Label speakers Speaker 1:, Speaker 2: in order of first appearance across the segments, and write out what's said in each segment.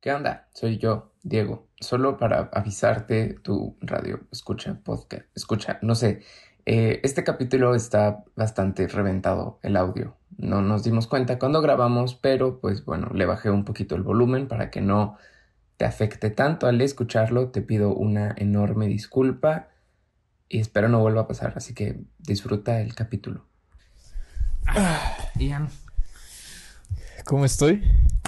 Speaker 1: ¿Qué onda? Soy yo, Diego. Solo para avisarte, tu radio, escucha, podcast, escucha, no sé. Eh, este capítulo está bastante reventado el audio. No nos dimos cuenta cuando grabamos, pero pues bueno, le bajé un poquito el volumen para que no te afecte tanto al escucharlo. Te pido una enorme disculpa y espero no vuelva a pasar. Así que disfruta el capítulo.
Speaker 2: Ah, Ian.
Speaker 3: ¿Cómo estoy?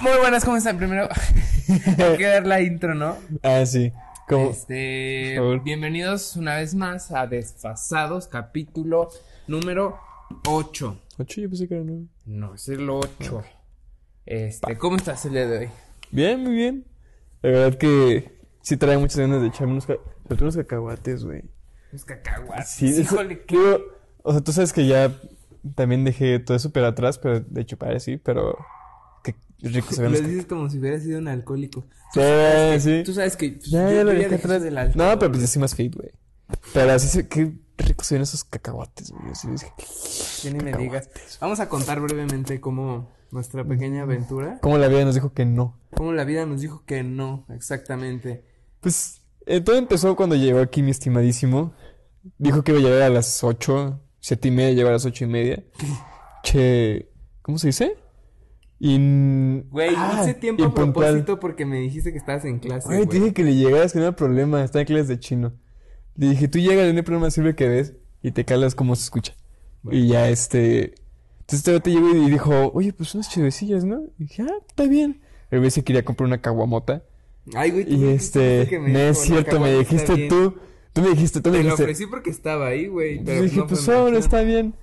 Speaker 2: Muy buenas, ¿cómo están? Primero, hay que dar la intro, ¿no?
Speaker 3: Ah, sí. ¿Cómo?
Speaker 2: Este,
Speaker 3: Por favor.
Speaker 2: bienvenidos una vez más a Desfasados, capítulo número 8.
Speaker 3: Ocho, yo Ah, pensé que era nueve.
Speaker 2: No, es el 8. Este, ¿cómo estás el día de hoy?
Speaker 3: Bien, muy bien. La verdad que sí trae muchas ganas de echarme unos, ca- sobre todo unos cacahuates, güey.
Speaker 2: Los cacahuates.
Speaker 3: Sí, eso-
Speaker 2: Híjole, qué-
Speaker 3: digo, O sea, tú sabes que ya también dejé todo eso pero atrás, pero de chupar, sí, pero... Qué rico se ven
Speaker 2: Lo
Speaker 3: los
Speaker 2: dices como si hubiera sido un alcohólico.
Speaker 3: cacahuates. Sí,
Speaker 2: Tú
Speaker 3: sí.
Speaker 2: sabes que pues,
Speaker 3: Ya,
Speaker 2: yo-
Speaker 3: ya lo
Speaker 2: yo
Speaker 3: dejé
Speaker 2: dejé
Speaker 3: atrás.
Speaker 2: del alcohol.
Speaker 3: No, pero pues ya soy más fit, güey. Pero así se... Qué rico se ven esos cacahuates, güey. Así dije,
Speaker 2: Ya ni me digas. Vamos a contar brevemente cómo nuestra pequeña aventura,
Speaker 3: ¿Cómo la vida nos dijo que no?
Speaker 2: cómo la vida nos dijo que no, exactamente.
Speaker 3: Pues eh, todo empezó cuando llegó aquí mi estimadísimo. Dijo que iba a llegar a las 8, 7 y media, llegó a las 8 y media. Che, ¿cómo se dice? In...
Speaker 2: Güey,
Speaker 3: Ah,
Speaker 2: hice tiempo a
Speaker 3: impuntual.
Speaker 2: propósito porque me dijiste que estabas en clase.
Speaker 3: Güey, te
Speaker 2: güey.
Speaker 3: dije que le llegaras, que no había problema, está en clases de chino. Le dije, tú llegas, no hay problema, sirve que ves y te calas como se escucha. Y ya este... Entonces todavía te llegó y dijo, oye, pues unas chevecillas, ¿no? Y dije, ah, está bien. El güey se quería comprar una caguamota.
Speaker 2: Ay, güey, tú
Speaker 3: Y
Speaker 2: me dijiste
Speaker 3: este,
Speaker 2: que me
Speaker 3: no
Speaker 2: dijo,
Speaker 3: es
Speaker 2: la
Speaker 3: cierto, me
Speaker 2: caguama está
Speaker 3: dijiste
Speaker 2: bien.
Speaker 3: tú. Tú me dijiste, tú me
Speaker 2: Te lo
Speaker 3: dijiste.
Speaker 2: ofrecí porque estaba ahí, güey.
Speaker 3: Entonces
Speaker 2: Pero
Speaker 3: dije,
Speaker 2: no fue
Speaker 3: pues ahora
Speaker 2: mención.
Speaker 3: está bien.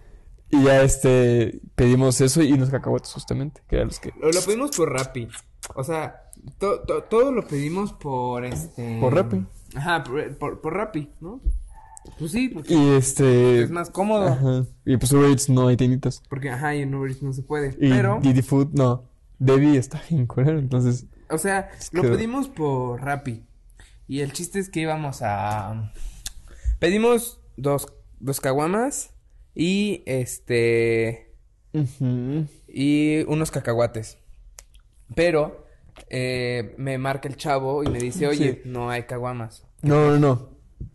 Speaker 3: Y ya este, pedimos eso y unos cacahuates justamente, que eran los que...
Speaker 2: Lo, lo pedimos por Rappi. O sea, to- to- todo lo pedimos por este.
Speaker 3: Por Rappi.
Speaker 2: Ajá, por, por, por Rappi, ¿no? Pues sí, porque
Speaker 3: Y este...
Speaker 2: es más cómodo.
Speaker 3: Ajá. Y pues Uber Eats no hay tienditas.
Speaker 2: Porque, ajá, y en Uber Eats no se puede.
Speaker 3: Y
Speaker 2: Pero,
Speaker 3: Didi Food no. Debbie está bien culero, entonces...
Speaker 2: o sea, lo
Speaker 3: que-
Speaker 2: pedimos por Rappi. Y el chiste es que íbamos a. Pedimos dos, dos caguamas y este.
Speaker 3: ujú.
Speaker 2: y unos cacahuates. Pero eh, me marca el chavo y me dice, oye, no hay caguamas.
Speaker 3: No, no, no.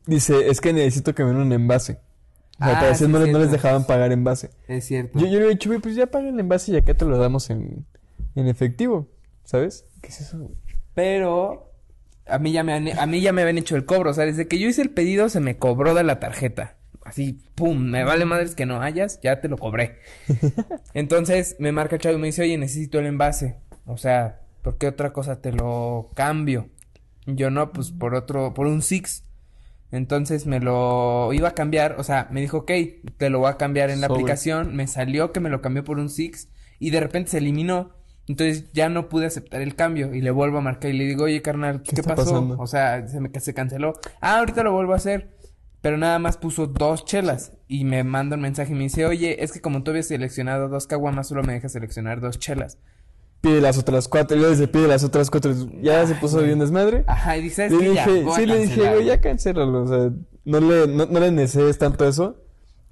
Speaker 3: Dice, es que necesito que me den un envase. O sea,
Speaker 2: Ah,
Speaker 3: para
Speaker 2: sí,
Speaker 3: no, les- no les
Speaker 2: cierto.
Speaker 3: dejaban pagar envase.
Speaker 2: Es cierto.
Speaker 3: Yo, yo le he dicho, güey, pues ya paga el envase y acá te lo damos en, en efectivo, ¿sabes? ¿Qué es eso, güey?
Speaker 2: Pero a mí, ya me han- a mí ya me habían hecho el cobro. O sea, desde que yo hice el pedido se me cobró de la tarjeta. Así, pum, me vale madres que no hayas, ya te lo cobré. Entonces me marca el chavo y me dice, oye, necesito el envase. O sea, ¿por qué otra cosa te lo cambio? Y Yo no, pues por otro, por un Six. Entonces me lo iba a cambiar, o sea, me dijo, ok, te lo voy a cambiar en la
Speaker 3: Sobre.
Speaker 2: aplicación. Me salió que me lo cambió por un Six y de repente se eliminó. Entonces ya no pude aceptar el cambio y le vuelvo a marcar y le digo, oye, carnal, ¿qué,
Speaker 3: ¿Qué está
Speaker 2: pasó?
Speaker 3: pasando?
Speaker 2: O sea, se me se canceló. Ah, ahorita lo vuelvo a hacer. Pero nada más puso dos chelas y me manda un mensaje y me dice, oye, es que como tú habías seleccionado dos caguamas, solo me dejas seleccionar dos chelas.
Speaker 3: pide las otras cuatro, y luego se pide las otras cuatro, ya se puso bien desmadre.
Speaker 2: Ajá, y dice, Ah, es
Speaker 3: Le
Speaker 2: que ya,
Speaker 3: dije,
Speaker 2: voy a
Speaker 3: sí, le dije,
Speaker 2: cancelar".
Speaker 3: güey, ya cancélalo, o sea, no le, no, no le neces tanto eso.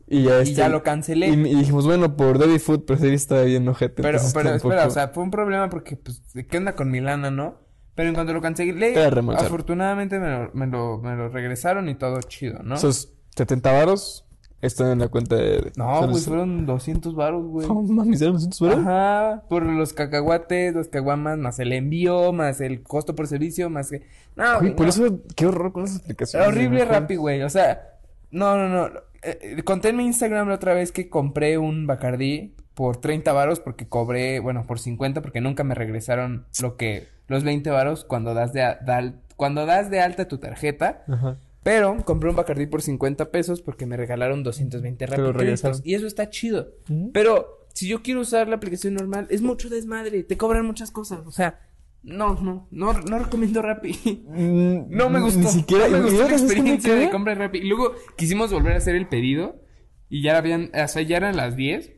Speaker 3: Y ya, este,
Speaker 2: ya lo cancelé.
Speaker 3: Y, y dijimos, bueno, por Debbie Food, pero sí está bien ojete.
Speaker 2: Pero,
Speaker 3: entonces
Speaker 2: pero espera,
Speaker 3: tampoco-
Speaker 2: o sea, fue un problema porque, pues, ¿qué onda con Milana, no? Pero en cuanto lo cancelé,
Speaker 3: Te la reembolsaron.
Speaker 2: afortunadamente me lo, me, lo, me lo regresaron y todo chido, ¿no?
Speaker 3: Esos 70 varos están en la cuenta de...
Speaker 2: no,
Speaker 3: solo
Speaker 2: güey,
Speaker 3: se-
Speaker 2: fueron 200 varos, güey.
Speaker 3: No mames, ¿eran 200 varos?
Speaker 2: Ajá, por los cacahuates, los caguamas, más el envío, más el costo por servicio, más que... No,
Speaker 3: Güey,
Speaker 2: güey,
Speaker 3: por
Speaker 2: no.
Speaker 3: eso, qué horror con esas aplicaciones.
Speaker 2: Horrible
Speaker 3: mejor.
Speaker 2: Rappi, güey. O sea, no, no, no. Eh, eh, conté en mi Instagram la otra vez que compré un Bacardí por 30 varos porque cobré, bueno, por 50 porque nunca me regresaron lo que los 20 varos cuando das de, a- de al- cuando das de alta tu tarjeta.
Speaker 3: Ajá.
Speaker 2: Pero compré un Bacardí por 50 pesos porque me regalaron 220
Speaker 3: Te lo
Speaker 2: rapidísimos.
Speaker 3: regresaron.
Speaker 2: Y eso está chido.
Speaker 3: Ujú.
Speaker 2: Pero si yo quiero usar la aplicación normal, es mucho desmadre. Te cobran muchas cosas. O sea, no, no, no, no recomiendo Rappi. No me gustó.
Speaker 3: Mm, Ni siquiera...
Speaker 2: no me
Speaker 3: ¿y
Speaker 2: gustó
Speaker 3: mira
Speaker 2: la
Speaker 3: que sabes que me
Speaker 2: experiencia de
Speaker 3: queda?
Speaker 2: compra rápida. Y luego quisimos volver a hacer el pedido y ya habían, o sea, ya eran las 10.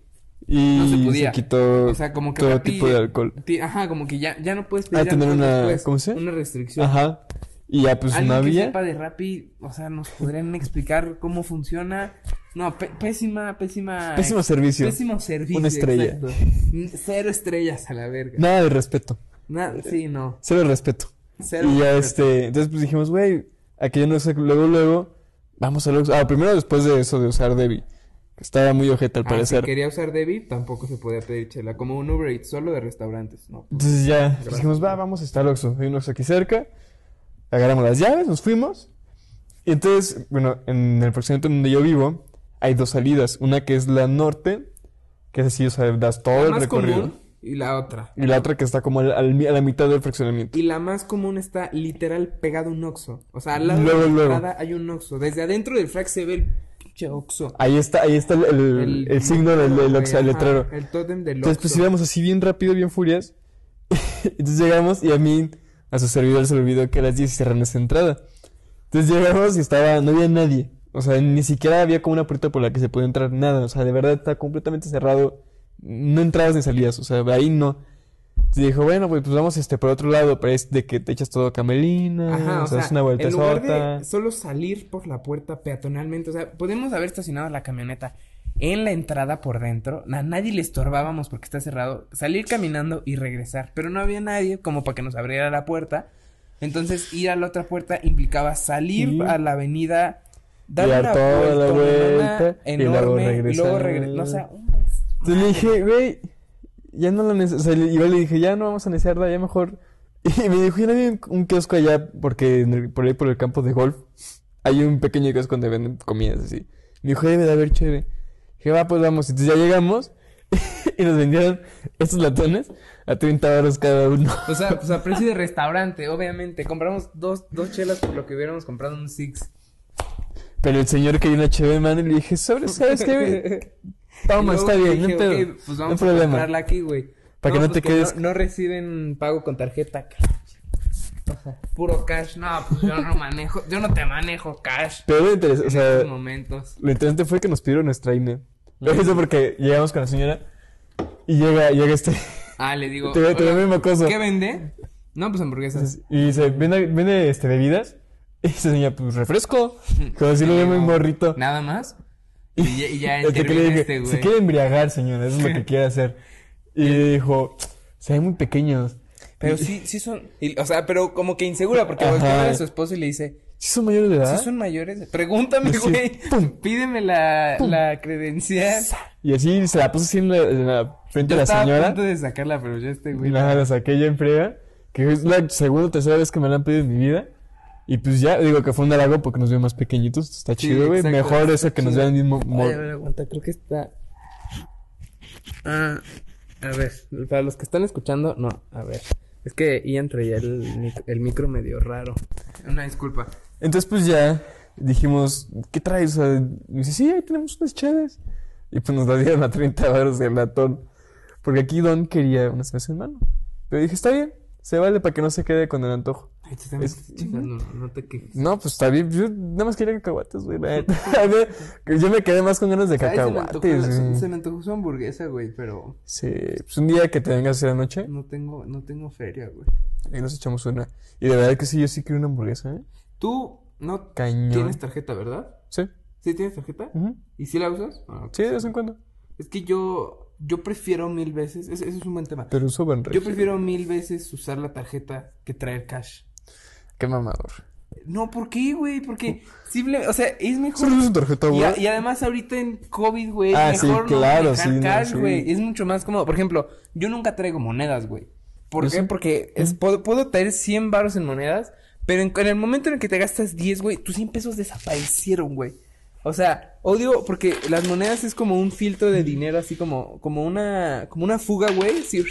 Speaker 3: Y
Speaker 2: No se podía.
Speaker 3: quitó
Speaker 2: O sea, como que
Speaker 3: todo
Speaker 2: Rappi-
Speaker 3: tipo de alcohol.
Speaker 2: Ti- Ajá, como que ya, ya no puedes
Speaker 3: Ah, tener
Speaker 2: alcohol
Speaker 3: una- ¿cómo se llama?
Speaker 2: Una restricción.
Speaker 3: Ajá. Y ya pues
Speaker 2: Alguien
Speaker 3: no
Speaker 2: que
Speaker 3: había.
Speaker 2: sepa de Rappi, o sea, nos podrían explicar cómo funciona. No, pe- pésima, pésima.
Speaker 3: Pésimo servicio.
Speaker 2: Pésimo servicio.
Speaker 3: Una estrella.
Speaker 2: exacto. N- Cero estrellas a la verga.
Speaker 3: Nada de respeto.
Speaker 2: Na- sí, no.
Speaker 3: Cero respeto.
Speaker 2: Cero
Speaker 3: y ya
Speaker 2: respeto.
Speaker 3: este, entonces pues dijimos, güey, aquello no sé, luego, luego, vamos al Oxxo. Ah, primero después de eso de usar Debbie. que Estaba muy ojeta al
Speaker 2: Ah,
Speaker 3: parecer.
Speaker 2: si quería usar Debbit, tampoco se podía pedir chela. Como un Uber Eats, solo de restaurantes. No.
Speaker 3: Entonces ya dijimos, va, vamos hasta el Oxxo. Hay un Oxxo aquí cerca. Agarramos las llaves, nos fuimos. Y entonces, bueno, en el fraccionamiento donde yo vivo hay dos salidas. Una que es la norte, que es así, o sea, das todo
Speaker 2: La
Speaker 3: el
Speaker 2: más
Speaker 3: recorrido.
Speaker 2: común y la otra.
Speaker 3: Y la otra que está como al- al- a la mitad del fraccionamiento.
Speaker 2: Y la más común está literal pegado a un Oxxo. O sea, al lado
Speaker 3: Luego,
Speaker 2: de la
Speaker 3: luego.
Speaker 2: entrada hay un Oxxo. Desde adentro del frac se ve el pinche Oxxo.
Speaker 3: Ahí está, ahí está el, el- el signo del, del Oxxo, el
Speaker 2: Ajá,
Speaker 3: letrero.
Speaker 2: El tótem del
Speaker 3: Entonces, pues
Speaker 2: Oxxo.
Speaker 3: íbamos así bien rápido, bien furias. Entonces llegamos y a mí, a su servidor se le olvidó que a las 10 cerran esa entrada. Entonces llegamos y estaba, no había nadie. O sea, ni siquiera había como una puerta por la que se podía entrar nada. O sea, de verdad está completamente cerrado. No entradas ni salidas. O sea, ahí no. Entonces dijo, bueno, pues, pues vamos este por otro lado, pero es de que te echas todo a camelina,
Speaker 2: Ajá,
Speaker 3: o, sea, es una vuelta
Speaker 2: en lugar de solo salir por la puerta peatonalmente, o sea, podemos haber estacionado la camioneta en la entrada por dentro, a nadie le estorbábamos porque está cerrado, salir caminando y regresar, pero no había nadie como para que nos abriera la puerta, entonces ir a la otra puerta implicaba salir
Speaker 3: Sí.
Speaker 2: a la avenida,
Speaker 3: Y
Speaker 2: dar
Speaker 3: dar
Speaker 2: una
Speaker 3: toda la
Speaker 2: vueltonona
Speaker 3: vuelta y luego
Speaker 2: enorme y luego
Speaker 3: regresar.
Speaker 2: regresar, o sea, un
Speaker 3: Entonces le dije, güey, ya no la necesito. O sea, le- igual le dije, ya no vamos a necearla, ya mejor. Y me dijo, ya no había un, un kiosco allá, porque en el- por ahí por el campo de golf hay un pequeño kiosco donde venden comidas así. Me dijo, "Ya debe de haber chévere. Dije, va, pues vamos. Entonces ya llegamos y nos vendieron estos latones a 30 baros cada uno.
Speaker 2: O sea, pues a precio de restaurante, obviamente. Compramos dos, dos chelas por lo que hubiéramos comprado un Six.
Speaker 3: Pero el señor quería una chévere, man, y le dije, sobre, ¿sabes qué? güey? Toma,
Speaker 2: Y luego
Speaker 3: está
Speaker 2: dije,
Speaker 3: bien, no hay
Speaker 2: "Ok,
Speaker 3: pedo,
Speaker 2: pues
Speaker 3: no hay
Speaker 2: vamos a
Speaker 3: problema.
Speaker 2: comprarla aquí, güey.
Speaker 3: Para que no te
Speaker 2: pues
Speaker 3: quedes-
Speaker 2: No, no reciben pago con tarjeta. O sea, puro cash. No, pues yo no manejo. Yo no te manejo cash.
Speaker 3: Pero era interesante, o
Speaker 2: En
Speaker 3: sea,
Speaker 2: estos momentos.
Speaker 3: Lo interesante fue que nos pidieron nuestra INE. Eso porque llegamos con la señora y llega, llega este.
Speaker 2: Ah, le digo.
Speaker 3: Te, te veo
Speaker 2: "Oiga,
Speaker 3: bien mocoso.
Speaker 2: ¿Qué vende? No, pues hamburguesas.
Speaker 3: Entonces, Y dice, ¿vende, vende, este, bebidas? Y dice, señora, pues refresco. Como si lo llama un morrito.
Speaker 2: Nada más. Y ya, y ya
Speaker 3: Hasta que le
Speaker 2: interviene
Speaker 3: dije,
Speaker 2: este, güey.
Speaker 3: se quiere embriagar, señora, eso es lo que quiere hacer. Y dijo, se ven muy pequeños.
Speaker 2: Pero sí, sí son. y- o sea, pero como que insegura porque
Speaker 3: Ajá.
Speaker 2: voltea a ver a su esposo y le dice.
Speaker 3: ¿Sí son mayores de edad?
Speaker 2: Si son mayores, pregúntame,
Speaker 3: Así,
Speaker 2: güey.
Speaker 3: pum.
Speaker 2: Pídeme la, la credencial.
Speaker 3: Y así se la puso así en la, en la frente
Speaker 2: Yo
Speaker 3: de la
Speaker 2: estaba a
Speaker 3: señora.
Speaker 2: punto de sacarla, pero ya este güey.
Speaker 3: Y nada, la saqué ya en friega, que es la segunda o tercera vez que me la han pedido en mi vida. Y pues ya, digo que fue un halago porque nos veo más pequeñitos, está
Speaker 2: Sí,
Speaker 3: chido, güey.
Speaker 2: exacto,
Speaker 3: Mejor
Speaker 2: está
Speaker 3: eso que nos
Speaker 2: chido.
Speaker 3: vean mismo.
Speaker 2: Ay, a ver, aguanta, creo que está. Ah, a ver, para los que están escuchando, no, a ver. Es que Ian traía el, mic- el micro medio raro. Una disculpa.
Speaker 3: Entonces pues ya dijimos, ¿qué traes? O sea, me dice, sí, ahí tenemos unas chaves. Y pues nos la dieron a 30 baros el latón. Porque aquí Don quería unas cerveza en mano. Pero dije, está bien, se vale para que no se quede con el antojo.
Speaker 2: Ay, te estamos
Speaker 3: Es-
Speaker 2: chingando, no te quejes.
Speaker 3: No, pues está bien, yo nada más quería cacahuates, güey. la neta. A ver, yo me quedé más con ganas de
Speaker 2: Ay, se me antojó la-
Speaker 3: cacahuates. güey.
Speaker 2: se me antojó su hamburguesa, güey, pero
Speaker 3: Sí, pues un día que te vengas hacia la noche
Speaker 2: no tengo, no tengo feria, güey.
Speaker 3: y nos echamos una. Y de verdad que sí, yo sí quiero una hamburguesa, ¿eh?
Speaker 2: Tú no
Speaker 3: Cañón.
Speaker 2: tienes tarjeta, ¿verdad?
Speaker 3: Sí.
Speaker 2: ¿Sí tienes tarjeta?
Speaker 3: Ujú.
Speaker 2: ¿Y si la usas? Ah, ok.
Speaker 3: Sí, de vez en cuando.
Speaker 2: Mm. Es que yo, yo prefiero mil veces, ese, ese es un buen tema.
Speaker 3: Pero uso Banregio.
Speaker 2: Yo prefiero mil veces usar la tarjeta que traer cash.
Speaker 3: Qué mamador.
Speaker 2: No, ¿por qué, güey? Porque simple, o sea, es mejor.
Speaker 3: Solo uso tarjeta,
Speaker 2: Y,
Speaker 3: güey.
Speaker 2: a- y además ahorita en COVID, güey,
Speaker 3: Ah,
Speaker 2: es
Speaker 3: sí,
Speaker 2: mejor
Speaker 3: claro,
Speaker 2: no dejar
Speaker 3: sí, no,
Speaker 2: cash,
Speaker 3: sí.
Speaker 2: güey. Es mucho más cómodo. Por ejemplo, yo nunca traigo monedas, güey. ¿Por
Speaker 3: Yo
Speaker 2: qué?
Speaker 3: sí.
Speaker 2: Porque es, puedo, puedo traer 100 baros en monedas, pero en, en el momento en el que te gastas 10, güey, tus 100 pesos desaparecieron, güey. O sea, odio porque las monedas es como un filtro de dinero, así como, como una, como una fuga, güey. Si,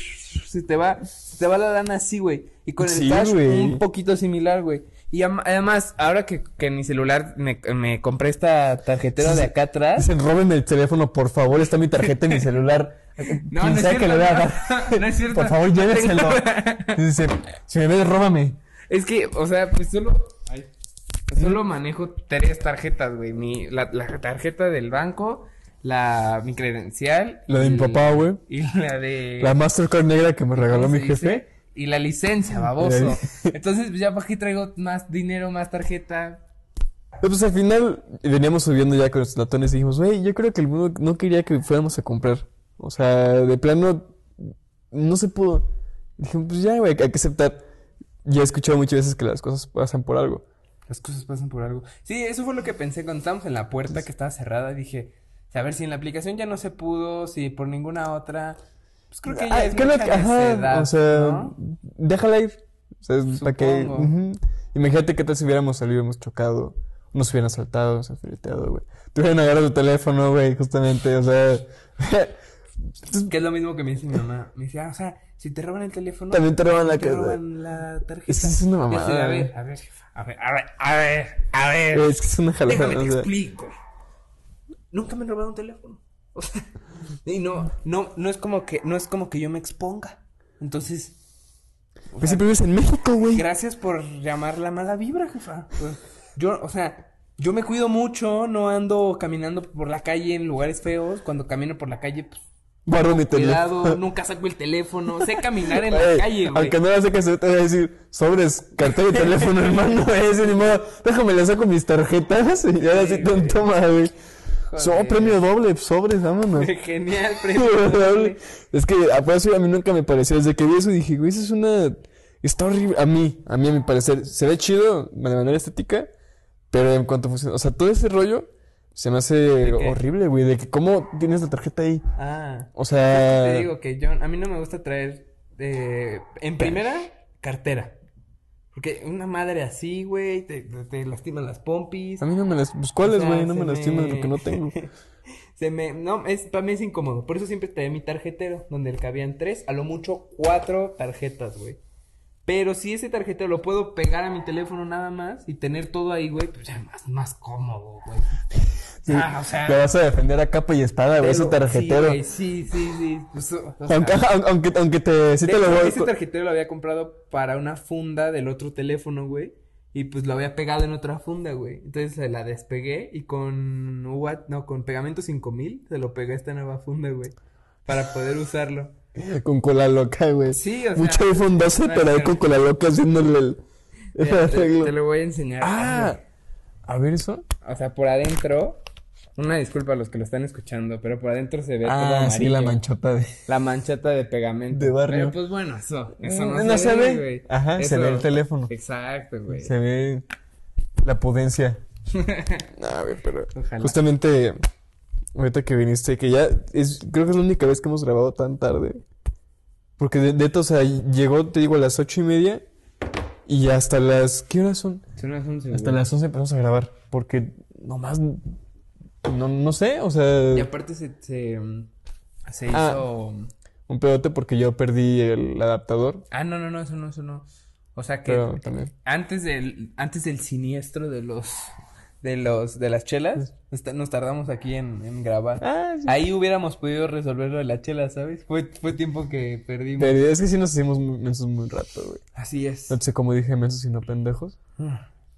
Speaker 2: se te va, se te va la lana así, güey. Y con el
Speaker 3: Sí,
Speaker 2: cash,
Speaker 3: güey.
Speaker 2: un poquito similar, güey. Y am- además, ahora que, que mi celular me, me compré esta tarjetera de acá atrás.
Speaker 3: Dicen, roben el teléfono, por favor. Está mi tarjeta en mi celular.
Speaker 2: No, no
Speaker 3: Quien
Speaker 2: es
Speaker 3: sea que
Speaker 2: cierto,
Speaker 3: le vea,
Speaker 2: no. No es cierto.
Speaker 3: Por favor, lléveselo. Dice, si me ves, róbame.
Speaker 2: Es que, o sea, pues solo. Solo manejo tres tarjetas, güey. Mi, la, la tarjeta del banco, la, mi credencial.
Speaker 3: La de mi
Speaker 2: y-
Speaker 3: papá, güey.
Speaker 2: Y la de.
Speaker 3: La Mastercard negra que me regaló
Speaker 2: ¿cómo
Speaker 3: mi
Speaker 2: se
Speaker 3: jefe.
Speaker 2: dice? Y la licencia, baboso. Entonces, pues, ya para aquí traigo más dinero, más tarjeta.
Speaker 3: Pero, Pues al final veníamos subiendo ya con los latones y dijimos, güey, yo creo que el mundo no quería que fuéramos a comprar. O sea, de plano no se pudo. Dije, pues ya, güey, hay que aceptar. Ya he escuchado muchas veces que las cosas pasan por algo.
Speaker 2: Las cosas pasan por algo. Sí, eso fue lo que pensé cuando estábamos en la puerta que estaba cerrada. Dije, a ver si en la aplicación ya no se pudo, si por ninguna otra. Pues creo que ya
Speaker 3: Ah,
Speaker 2: es
Speaker 3: ¿qué es lo
Speaker 2: mucha
Speaker 3: que- ajá,
Speaker 2: necedad,
Speaker 3: o sea,
Speaker 2: ¿no?
Speaker 3: déjala ir. O sea, es para que.
Speaker 2: Supongo.
Speaker 3: ujú. Imagínate que tal si hubiéramos salido, hemos chocado, nos hubieran asaltado, nos hubieran fileteado, güey. Te hubieran agarrado tu teléfono, güey, justamente, o sea.
Speaker 2: Que es lo mismo que me dice mi mamá. Me dice, ah, o sea, si te roban el teléfono,
Speaker 3: También te roban la
Speaker 2: te
Speaker 3: casa.
Speaker 2: roban la tarjeta.
Speaker 3: Es que es una
Speaker 2: Y así de,
Speaker 3: mamada,
Speaker 2: a ver, a ver, jefa, a ver, a ver, a ver, a ver.
Speaker 3: Es que es una
Speaker 2: Déjame
Speaker 3: jalada,
Speaker 2: te
Speaker 3: o sea.
Speaker 2: explico. Nunca me han robado un teléfono. O sea, y no, no, no es como que, no es como que yo me exponga. Entonces, o
Speaker 3: Pues
Speaker 2: sea,
Speaker 3: siempre vives en México, güey.
Speaker 2: gracias por llamar la mala vibra, jefa. Pues, Yo, o sea, yo me cuido mucho, no ando caminando por la calle en lugares feos. Cuando camino por la calle, pues,
Speaker 3: Guardo mi teléfono.
Speaker 2: cuidado, nunca saco el teléfono. Sé caminar en la
Speaker 3: Ey,
Speaker 2: calle, güey.
Speaker 3: Aunque no la saques, te voy a decir, sobres, cartera y teléfono, hermano, güey, ese ni modo. Déjame, le saco mis tarjetas y ya así
Speaker 2: güey.
Speaker 3: tanto toma, güey. So,
Speaker 2: Joder.
Speaker 3: premio doble, sobres, vámonos.
Speaker 2: Genial,
Speaker 3: Premio
Speaker 2: premio.
Speaker 3: doble. es que a por eso a mí nunca me pareció. Desde que vi eso dije, güey, eso es una. Está horrible. A mí, a mí a mi parecer. Se ve chido de manera estética, pero en cuanto funciona. O sea, todo ese rollo se me hace
Speaker 2: qué?
Speaker 3: horrible, güey. De que cómo tienes la tarjeta ahí.
Speaker 2: Ah.
Speaker 3: O sea.
Speaker 2: Te digo que yo, a mí no me gusta traer, eh, en primera, cartera. Porque una madre así, güey, te, te- te lastiman las pompis.
Speaker 3: A mí no me las... Pues, ¿cuáles,
Speaker 2: O sea,
Speaker 3: güey? no
Speaker 2: se
Speaker 3: me lastiman
Speaker 2: me-
Speaker 3: porque no tengo.
Speaker 2: Se me, no, es, para mí es incómodo. Por eso siempre traía mi tarjetero, donde le cabían tres, a lo mucho cuatro tarjetas, güey. Pero si ese tarjetero lo puedo pegar a mi teléfono nada más y tener todo ahí, güey, pues ya más, más cómodo, güey. Ah, o sea,
Speaker 3: Te vas a defender a capa y espada,
Speaker 2: pero-
Speaker 3: güey. Ese
Speaker 2: Sí,
Speaker 3: tarjetero.
Speaker 2: güey, sí, sí, sí. Pues, o- o sea,
Speaker 3: aunque, aunque, aunque te... Sí
Speaker 2: de
Speaker 3: te lo
Speaker 2: hecho,
Speaker 3: voy
Speaker 2: Ese tarjetero lo había comprado para una funda del otro teléfono, güey. Y pues lo había pegado en otra funda, güey. Entonces se la despegué y con what, no, con pegamento 5000 se lo pegué a esta nueva funda, güey. Para poder usarlo.
Speaker 3: con cola loca, güey.
Speaker 2: Sí, o sea.
Speaker 3: Mucho iPhone 12,
Speaker 2: no,
Speaker 3: pero ahí
Speaker 2: pero-
Speaker 3: con cola loca haciéndole el... el
Speaker 2: mira, te,
Speaker 3: arreglo.
Speaker 2: te lo voy a enseñar.
Speaker 3: Ah, a ver eso.
Speaker 2: O sea, por adentro. Una disculpa a los que lo están escuchando, pero por adentro se ve todo
Speaker 3: Ah,
Speaker 2: amarillo.
Speaker 3: sí, la manchota de...
Speaker 2: La manchata de pegamento.
Speaker 3: De barrio. Mm,
Speaker 2: Pero pues bueno, eso. Eso no,
Speaker 3: No se ve.
Speaker 2: güey.
Speaker 3: Ajá, se ve el teléfono.
Speaker 2: Exacto, güey.
Speaker 3: Se ve la pudencia. No, güey, pero...
Speaker 2: Ojalá.
Speaker 3: Justamente, ahorita que viniste, que ya es, creo que es la única vez que hemos grabado tan tarde. Porque de, neta, o sea, llegó, te digo, a las ocho y media y hasta las, ¿qué horas son?
Speaker 2: Son las once,
Speaker 3: Hasta
Speaker 2: güey.
Speaker 3: las once empezamos a grabar porque nomás, no, no sé, o sea,
Speaker 2: Y aparte se, se, mm, se
Speaker 3: Ah.
Speaker 2: hizo...
Speaker 3: un pedote porque yo perdí el adaptador,
Speaker 2: Ah, no, no, no, eso no, eso no. O sea que
Speaker 3: pero también.
Speaker 2: antes del antes del siniestro de los de los de las chelas, nos ta- nos tardamos aquí en, en grabar.
Speaker 3: Ah, sí.
Speaker 2: Ahí hubiéramos podido resolverlo de la chela, ¿sabes? Fue, fue tiempo que perdimos.
Speaker 3: Pero es que sí nos hicimos muy- mensos muy rato, güey.
Speaker 2: Así es.
Speaker 3: No sé cómo dije mensos sino pendejos.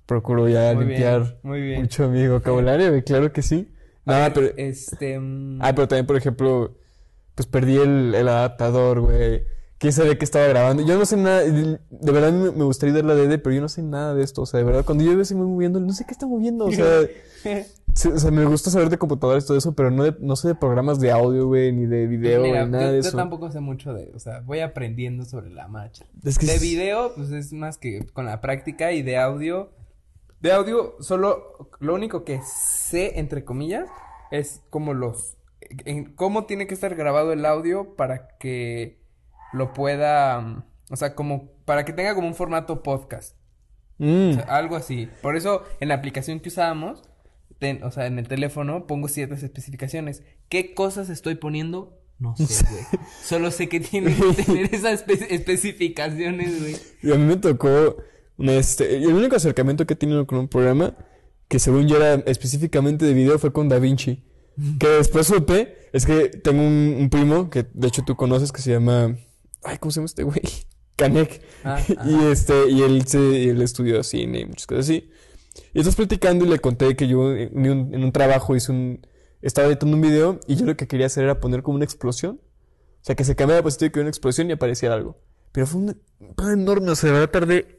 Speaker 3: Procuro ya
Speaker 2: Ah, Muy bien,
Speaker 3: limpiar
Speaker 2: muy bien.
Speaker 3: mucho mi vocabulario, güey, claro que sí. Nada, pero...
Speaker 2: Este... mm,
Speaker 3: Ah, pero también, por ejemplo, pues perdí el, el adaptador, güey. ¿Quién sabe qué estaba grabando? Yo no sé nada. De de verdad me me gustaría dar la DD, pero yo no sé nada de esto. O sea, de verdad, cuando yo veo se me moviendo, no sé qué está moviendo. O sea, sí, o sea, me gusta saber de computadoras y todo eso, pero no, de- no sé de programas de audio, güey, ni de video,
Speaker 2: mira,
Speaker 3: ni nada
Speaker 2: yo,
Speaker 3: de
Speaker 2: yo
Speaker 3: eso.
Speaker 2: tampoco sé mucho de... O sea, voy aprendiendo sobre la marcha.
Speaker 3: Es que
Speaker 2: De
Speaker 3: es-
Speaker 2: video, pues es más que con la práctica y de audio. De audio, solo lo único que sé, entre comillas, es como los. En, cómo tiene que estar grabado el audio para que lo pueda. mm, O sea, como. Para que tenga como un formato podcast.
Speaker 3: Mm,
Speaker 2: o sea, algo así. Por eso, en la aplicación que usábamos, ten- o sea, en el teléfono, pongo ciertas especificaciones. ¿Qué cosas estoy poniendo? No sé, güey. Solo sé que tiene que tener esas espe- especificaciones, güey.
Speaker 3: y a mí me tocó. una, Este, el único acercamiento que he tenido con un programa que, según yo, era específicamente de video fue con Da Vinci. Que después supe, es que tengo un, un primo que de hecho tú conoces que se llama. Ay, ¿cómo se llama este güey? Canek.
Speaker 2: Ah,
Speaker 3: y este, y él, se, y él estudió cine y muchas cosas así. Y estás platicando y le conté que yo en un, en un trabajo hice un. Estaba editando un video y yo lo que quería hacer era poner como una explosión. O sea, que se cambiara de positivo y que hubiera una explosión y apareciera algo. Pero fue un pedo enorme, o sea, de verdad tardé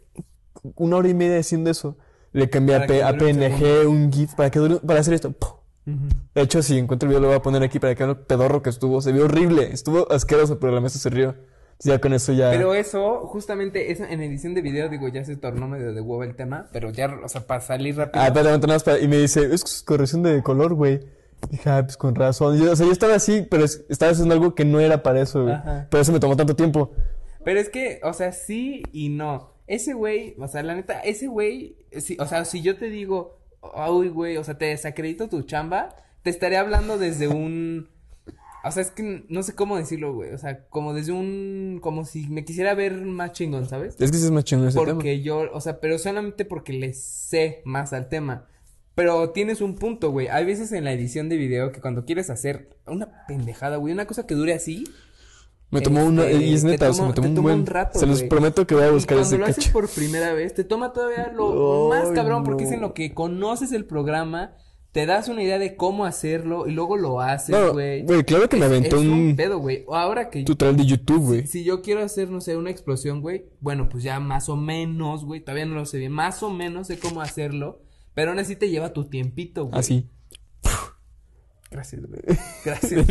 Speaker 3: una hora y media haciendo eso. Le cambié a,
Speaker 2: Para que
Speaker 3: P- a
Speaker 2: dure un
Speaker 3: PNG, un GIF, para que dure- para hacer esto. ¡pum!
Speaker 2: Ujú.
Speaker 3: De hecho, si encuentro el video, lo voy a poner aquí para que vean lo pedorro que estuvo. Se vio horrible, estuvo asqueroso, pero la mesa se rió. Entonces, ya con eso ya.
Speaker 2: Pero eso, justamente, esa, en edición de video, digo, ya se tornó medio de huevo el tema, pero ya, o sea, para salir rápido.
Speaker 3: Ah, espérate, aguanta, nada más para- Y me dice, es que es corrección de color, güey. Dije, ah, pues con razón. Yo- o sea, yo estaba así, pero es- estaba haciendo algo que no era para eso, güey.
Speaker 2: Ajá.
Speaker 3: Pero eso me tomó tanto tiempo.
Speaker 2: Pero es que, o sea, sí y no. Ese güey, o sea, la neta, ese güey, sí, o sea, si yo te digo, ay, güey, o sea, te desacredito tu chamba, te estaré hablando desde un. O sea, es que no sé cómo decirlo, güey. O sea, como desde un. Como si me quisiera ver más chingón, ¿sabes?
Speaker 3: Es que sí es más chingón ese tema.
Speaker 2: Porque yo, o sea, pero solamente porque le sé más al tema. Pero tienes un punto, güey. Hay veces en la edición de video que cuando quieres hacer una pendejada, güey, una cosa que dure así,
Speaker 3: Me tomó una.
Speaker 2: este,
Speaker 3: Y es
Speaker 2: te
Speaker 3: neta, o sea,
Speaker 2: toma-
Speaker 3: me tomó
Speaker 2: te
Speaker 3: un
Speaker 2: toma
Speaker 3: buen.
Speaker 2: un rato,
Speaker 3: se los
Speaker 2: güey.
Speaker 3: prometo que voy a
Speaker 2: y
Speaker 3: buscar
Speaker 2: cuando
Speaker 3: ese
Speaker 2: lo haces
Speaker 3: cacho.
Speaker 2: por primera vez, te toma todavía lo
Speaker 3: Ay,
Speaker 2: más cabrón, porque es en
Speaker 3: no.
Speaker 2: lo que conoces el programa, te das una idea de cómo hacerlo y luego lo haces,
Speaker 3: No,
Speaker 2: güey.
Speaker 3: güey, claro que me
Speaker 2: es
Speaker 3: aventé
Speaker 2: un...
Speaker 3: un
Speaker 2: pedo, güey. O Ahora que
Speaker 3: tutorial de YouTube, güey.
Speaker 2: si yo quiero hacer, no sé, una explosión, güey, bueno, pues ya más o menos, güey, todavía no lo sé bien, más o menos sé cómo hacerlo, pero aún así te lleva tu tiempito, güey.
Speaker 3: Así.
Speaker 2: Gracias, güey. Gracias.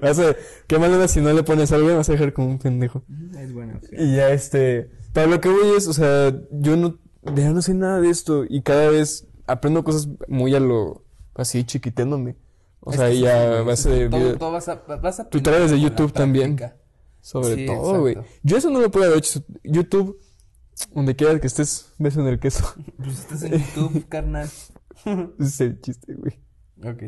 Speaker 3: Vas a- Qué mal onda si no le pones algo, vas a dejar como un pendejo.
Speaker 2: es bueno. sí.
Speaker 3: Y ya este, para lo que voy es, o sea, yo no, de verdad no sé nada de esto y cada vez aprendo cosas muy a lo, así chiquiteándome. O
Speaker 2: Es
Speaker 3: sea,
Speaker 2: que sí,
Speaker 3: ya
Speaker 2: güey,
Speaker 3: vas
Speaker 2: o sea,
Speaker 3: a ser
Speaker 2: todo, todo vas a, vas a aprender
Speaker 3: tutoriales de
Speaker 2: con la
Speaker 3: YouTube también.
Speaker 2: práctica.
Speaker 3: sobre
Speaker 2: sí,
Speaker 3: todo, güey.
Speaker 2: exacto.
Speaker 3: Yo eso no lo puedo haber hecho. YouTube, donde quiera que estés, beso en el queso.
Speaker 2: Pues estás en YouTube, carnal.
Speaker 3: Ese es el chiste, güey.
Speaker 2: Ok.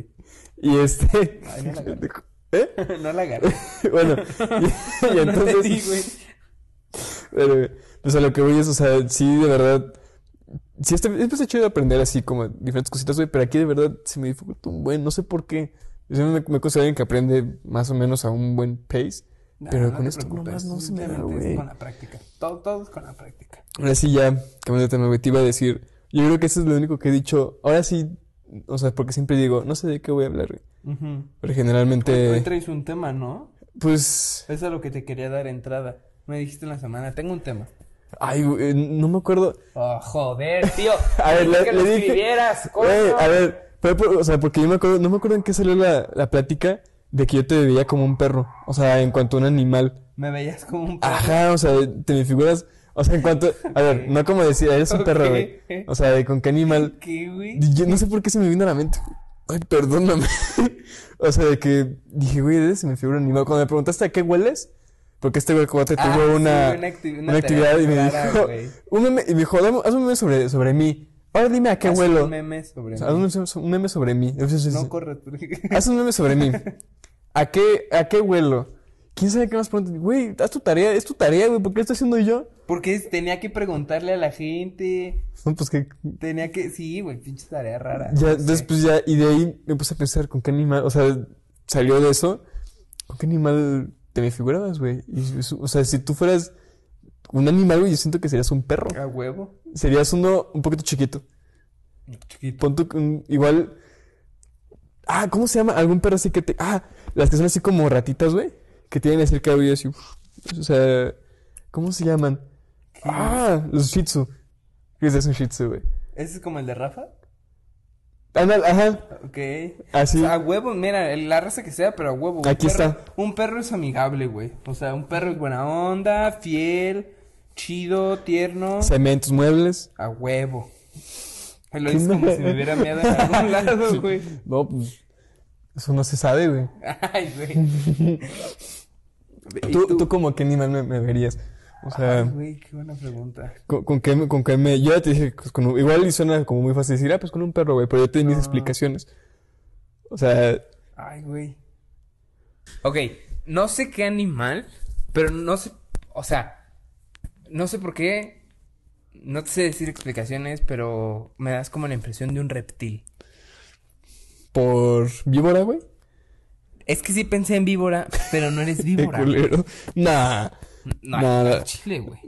Speaker 3: Y este,
Speaker 2: Ay, no la agarré.
Speaker 3: ¿eh?
Speaker 2: no la agarré.
Speaker 3: bueno, y, y
Speaker 2: No le
Speaker 3: entonces,
Speaker 2: di, güey.
Speaker 3: Pero, güey, pues a lo que voy es, o sea, sí, de verdad. Sí, este, es pues, chido aprender así como diferentes cositas, güey, pero aquí de verdad se me dificulta un buen, no sé por qué. Yo me, me considero alguien que aprende más o menos a un buen pace,
Speaker 2: No,
Speaker 3: pero
Speaker 2: no
Speaker 3: con
Speaker 2: te
Speaker 3: esto
Speaker 2: preocupes,
Speaker 3: nomás no se me da,
Speaker 2: simplemente es
Speaker 3: güey.
Speaker 2: Con la práctica. Todo, todo es con la práctica.
Speaker 3: Ahora sí ya, cambiando de tema, güey, te iba a decir, yo creo que eso es lo único que he dicho. Ahora sí, o sea, porque siempre digo, no sé de qué voy a hablar, güey. Pero
Speaker 2: Hoy- Hoy
Speaker 3: generalmente,
Speaker 2: traes un tema, ¿no?
Speaker 3: pues,
Speaker 2: Eso es a lo que te quería dar entrada. Me dijiste en la semana, tengo un tema.
Speaker 3: ay, güey, no me acuerdo.
Speaker 2: Oh, joder, tío.
Speaker 3: A ver,
Speaker 2: Dije
Speaker 3: le,
Speaker 2: que
Speaker 3: le
Speaker 2: lo
Speaker 3: dije.
Speaker 2: escribieras, coño.
Speaker 3: Güey, a ver, pero, pero, o sea, porque yo me acuerdo, no me acuerdo en qué salió la, la plática de que yo te veía como un perro. O sea, en cuanto a un animal.
Speaker 2: Me veías como un perro.
Speaker 3: Ajá, o sea, te me figuras. O sea, en cuanto. A ver, no como decir, eres un perro, güey.
Speaker 2: Ok.
Speaker 3: O sea, de con qué animal.
Speaker 2: ¿Qué, güey?
Speaker 3: Y Yo no sé por qué se me vino a la mente. Ay, perdóname. o sea, de que dije, güey, eres- se me figura un animal. Cuando me preguntaste a qué hueles, porque este güey cuate
Speaker 2: Ah,
Speaker 3: tuvo
Speaker 2: sí,
Speaker 3: una,
Speaker 2: una acti- una
Speaker 3: una actividad y me
Speaker 2: tarea rara,
Speaker 3: dijo.
Speaker 2: güey.
Speaker 3: Un meme, y me dijo, "Dame- haz un meme sobre, sobre mí. Ahora dime a qué
Speaker 2: Haz
Speaker 3: huelo.
Speaker 2: un meme sobre
Speaker 3: O sea,
Speaker 2: mí.
Speaker 3: Haz un, so- un meme sobre mí. Sí, sí, sí.
Speaker 2: No corre. tú.
Speaker 3: Haz un meme sobre mí. ¿A qué, ¿A qué huelo? ¿Quién sabe qué más preguntas? Güey, haz tu tarea, es tu tarea, güey, ¿por qué lo estoy haciendo yo?
Speaker 2: Porque es- tenía que preguntarle a la gente.
Speaker 3: No, pues que.
Speaker 2: Tenía que. Sí, güey, pinche tarea rara.
Speaker 3: Ya,
Speaker 2: no sé.
Speaker 3: después ya, y de ahí me puse a pensar con qué animal, o sea, salió de eso. ¿Con qué animal te me figurabas, güey? Y eso- o sea, si tú fueras un animal, güey, yo siento que serías un perro.
Speaker 2: A huevo.
Speaker 3: Serías uno un poquito chiquito. Pues,
Speaker 2: Chiquito.
Speaker 3: Pon tu, un- igual. Ah, ¿cómo se llama? Algún perro así que te. Ah, las que son así como ratitas, güey. Que tienen el cabello así. uf, o sea, ¿cómo se llaman? Ah, los Shih Tzu. ¿Qué es un Shih Tzu, güey?
Speaker 2: ¿Ese es como el de Rafa?
Speaker 3: Ándale, ajá,
Speaker 2: Ok. O
Speaker 3: así.
Speaker 2: sea, a huevo, mira, el- la raza que sea, pero a huevo. un
Speaker 3: Aquí
Speaker 2: perro-
Speaker 3: está.
Speaker 2: Un perro es amigable, güey. O sea, un perro es buena onda, fiel, chido, tierno.
Speaker 3: Cementos, muebles.
Speaker 2: A huevo. Me lo
Speaker 3: ¿Qué
Speaker 2: dices como
Speaker 3: me-
Speaker 2: si me hubiera meado en algún lado, güey.
Speaker 3: No, pues. Eso no se sabe, güey.
Speaker 2: Ay, güey. ¿Y Ah,
Speaker 3: ¿Tú, ¿Tú como qué animal me, me verías? O
Speaker 2: Ay,
Speaker 3: sea,
Speaker 2: güey, qué buena pregunta.
Speaker 3: ¿con, con qué, me- con qué me.? Yo ya te dije, pues, con un- igual y suena como muy fácil decir, ah, pues con un perro, güey, pero yo te di mis explicaciones. O sea,
Speaker 2: Ay, güey. Ok, no sé qué animal, pero no sé, o sea, no sé por qué, no te sé decir explicaciones, pero me das como la impresión de un reptil.
Speaker 3: por víbora, güey.
Speaker 2: Es que sí pensé en víbora, pero no eres
Speaker 3: Qué
Speaker 2: víbora. güey.
Speaker 3: culero. Nah.
Speaker 2: no,
Speaker 3: Nada.
Speaker 2: al chile, güey.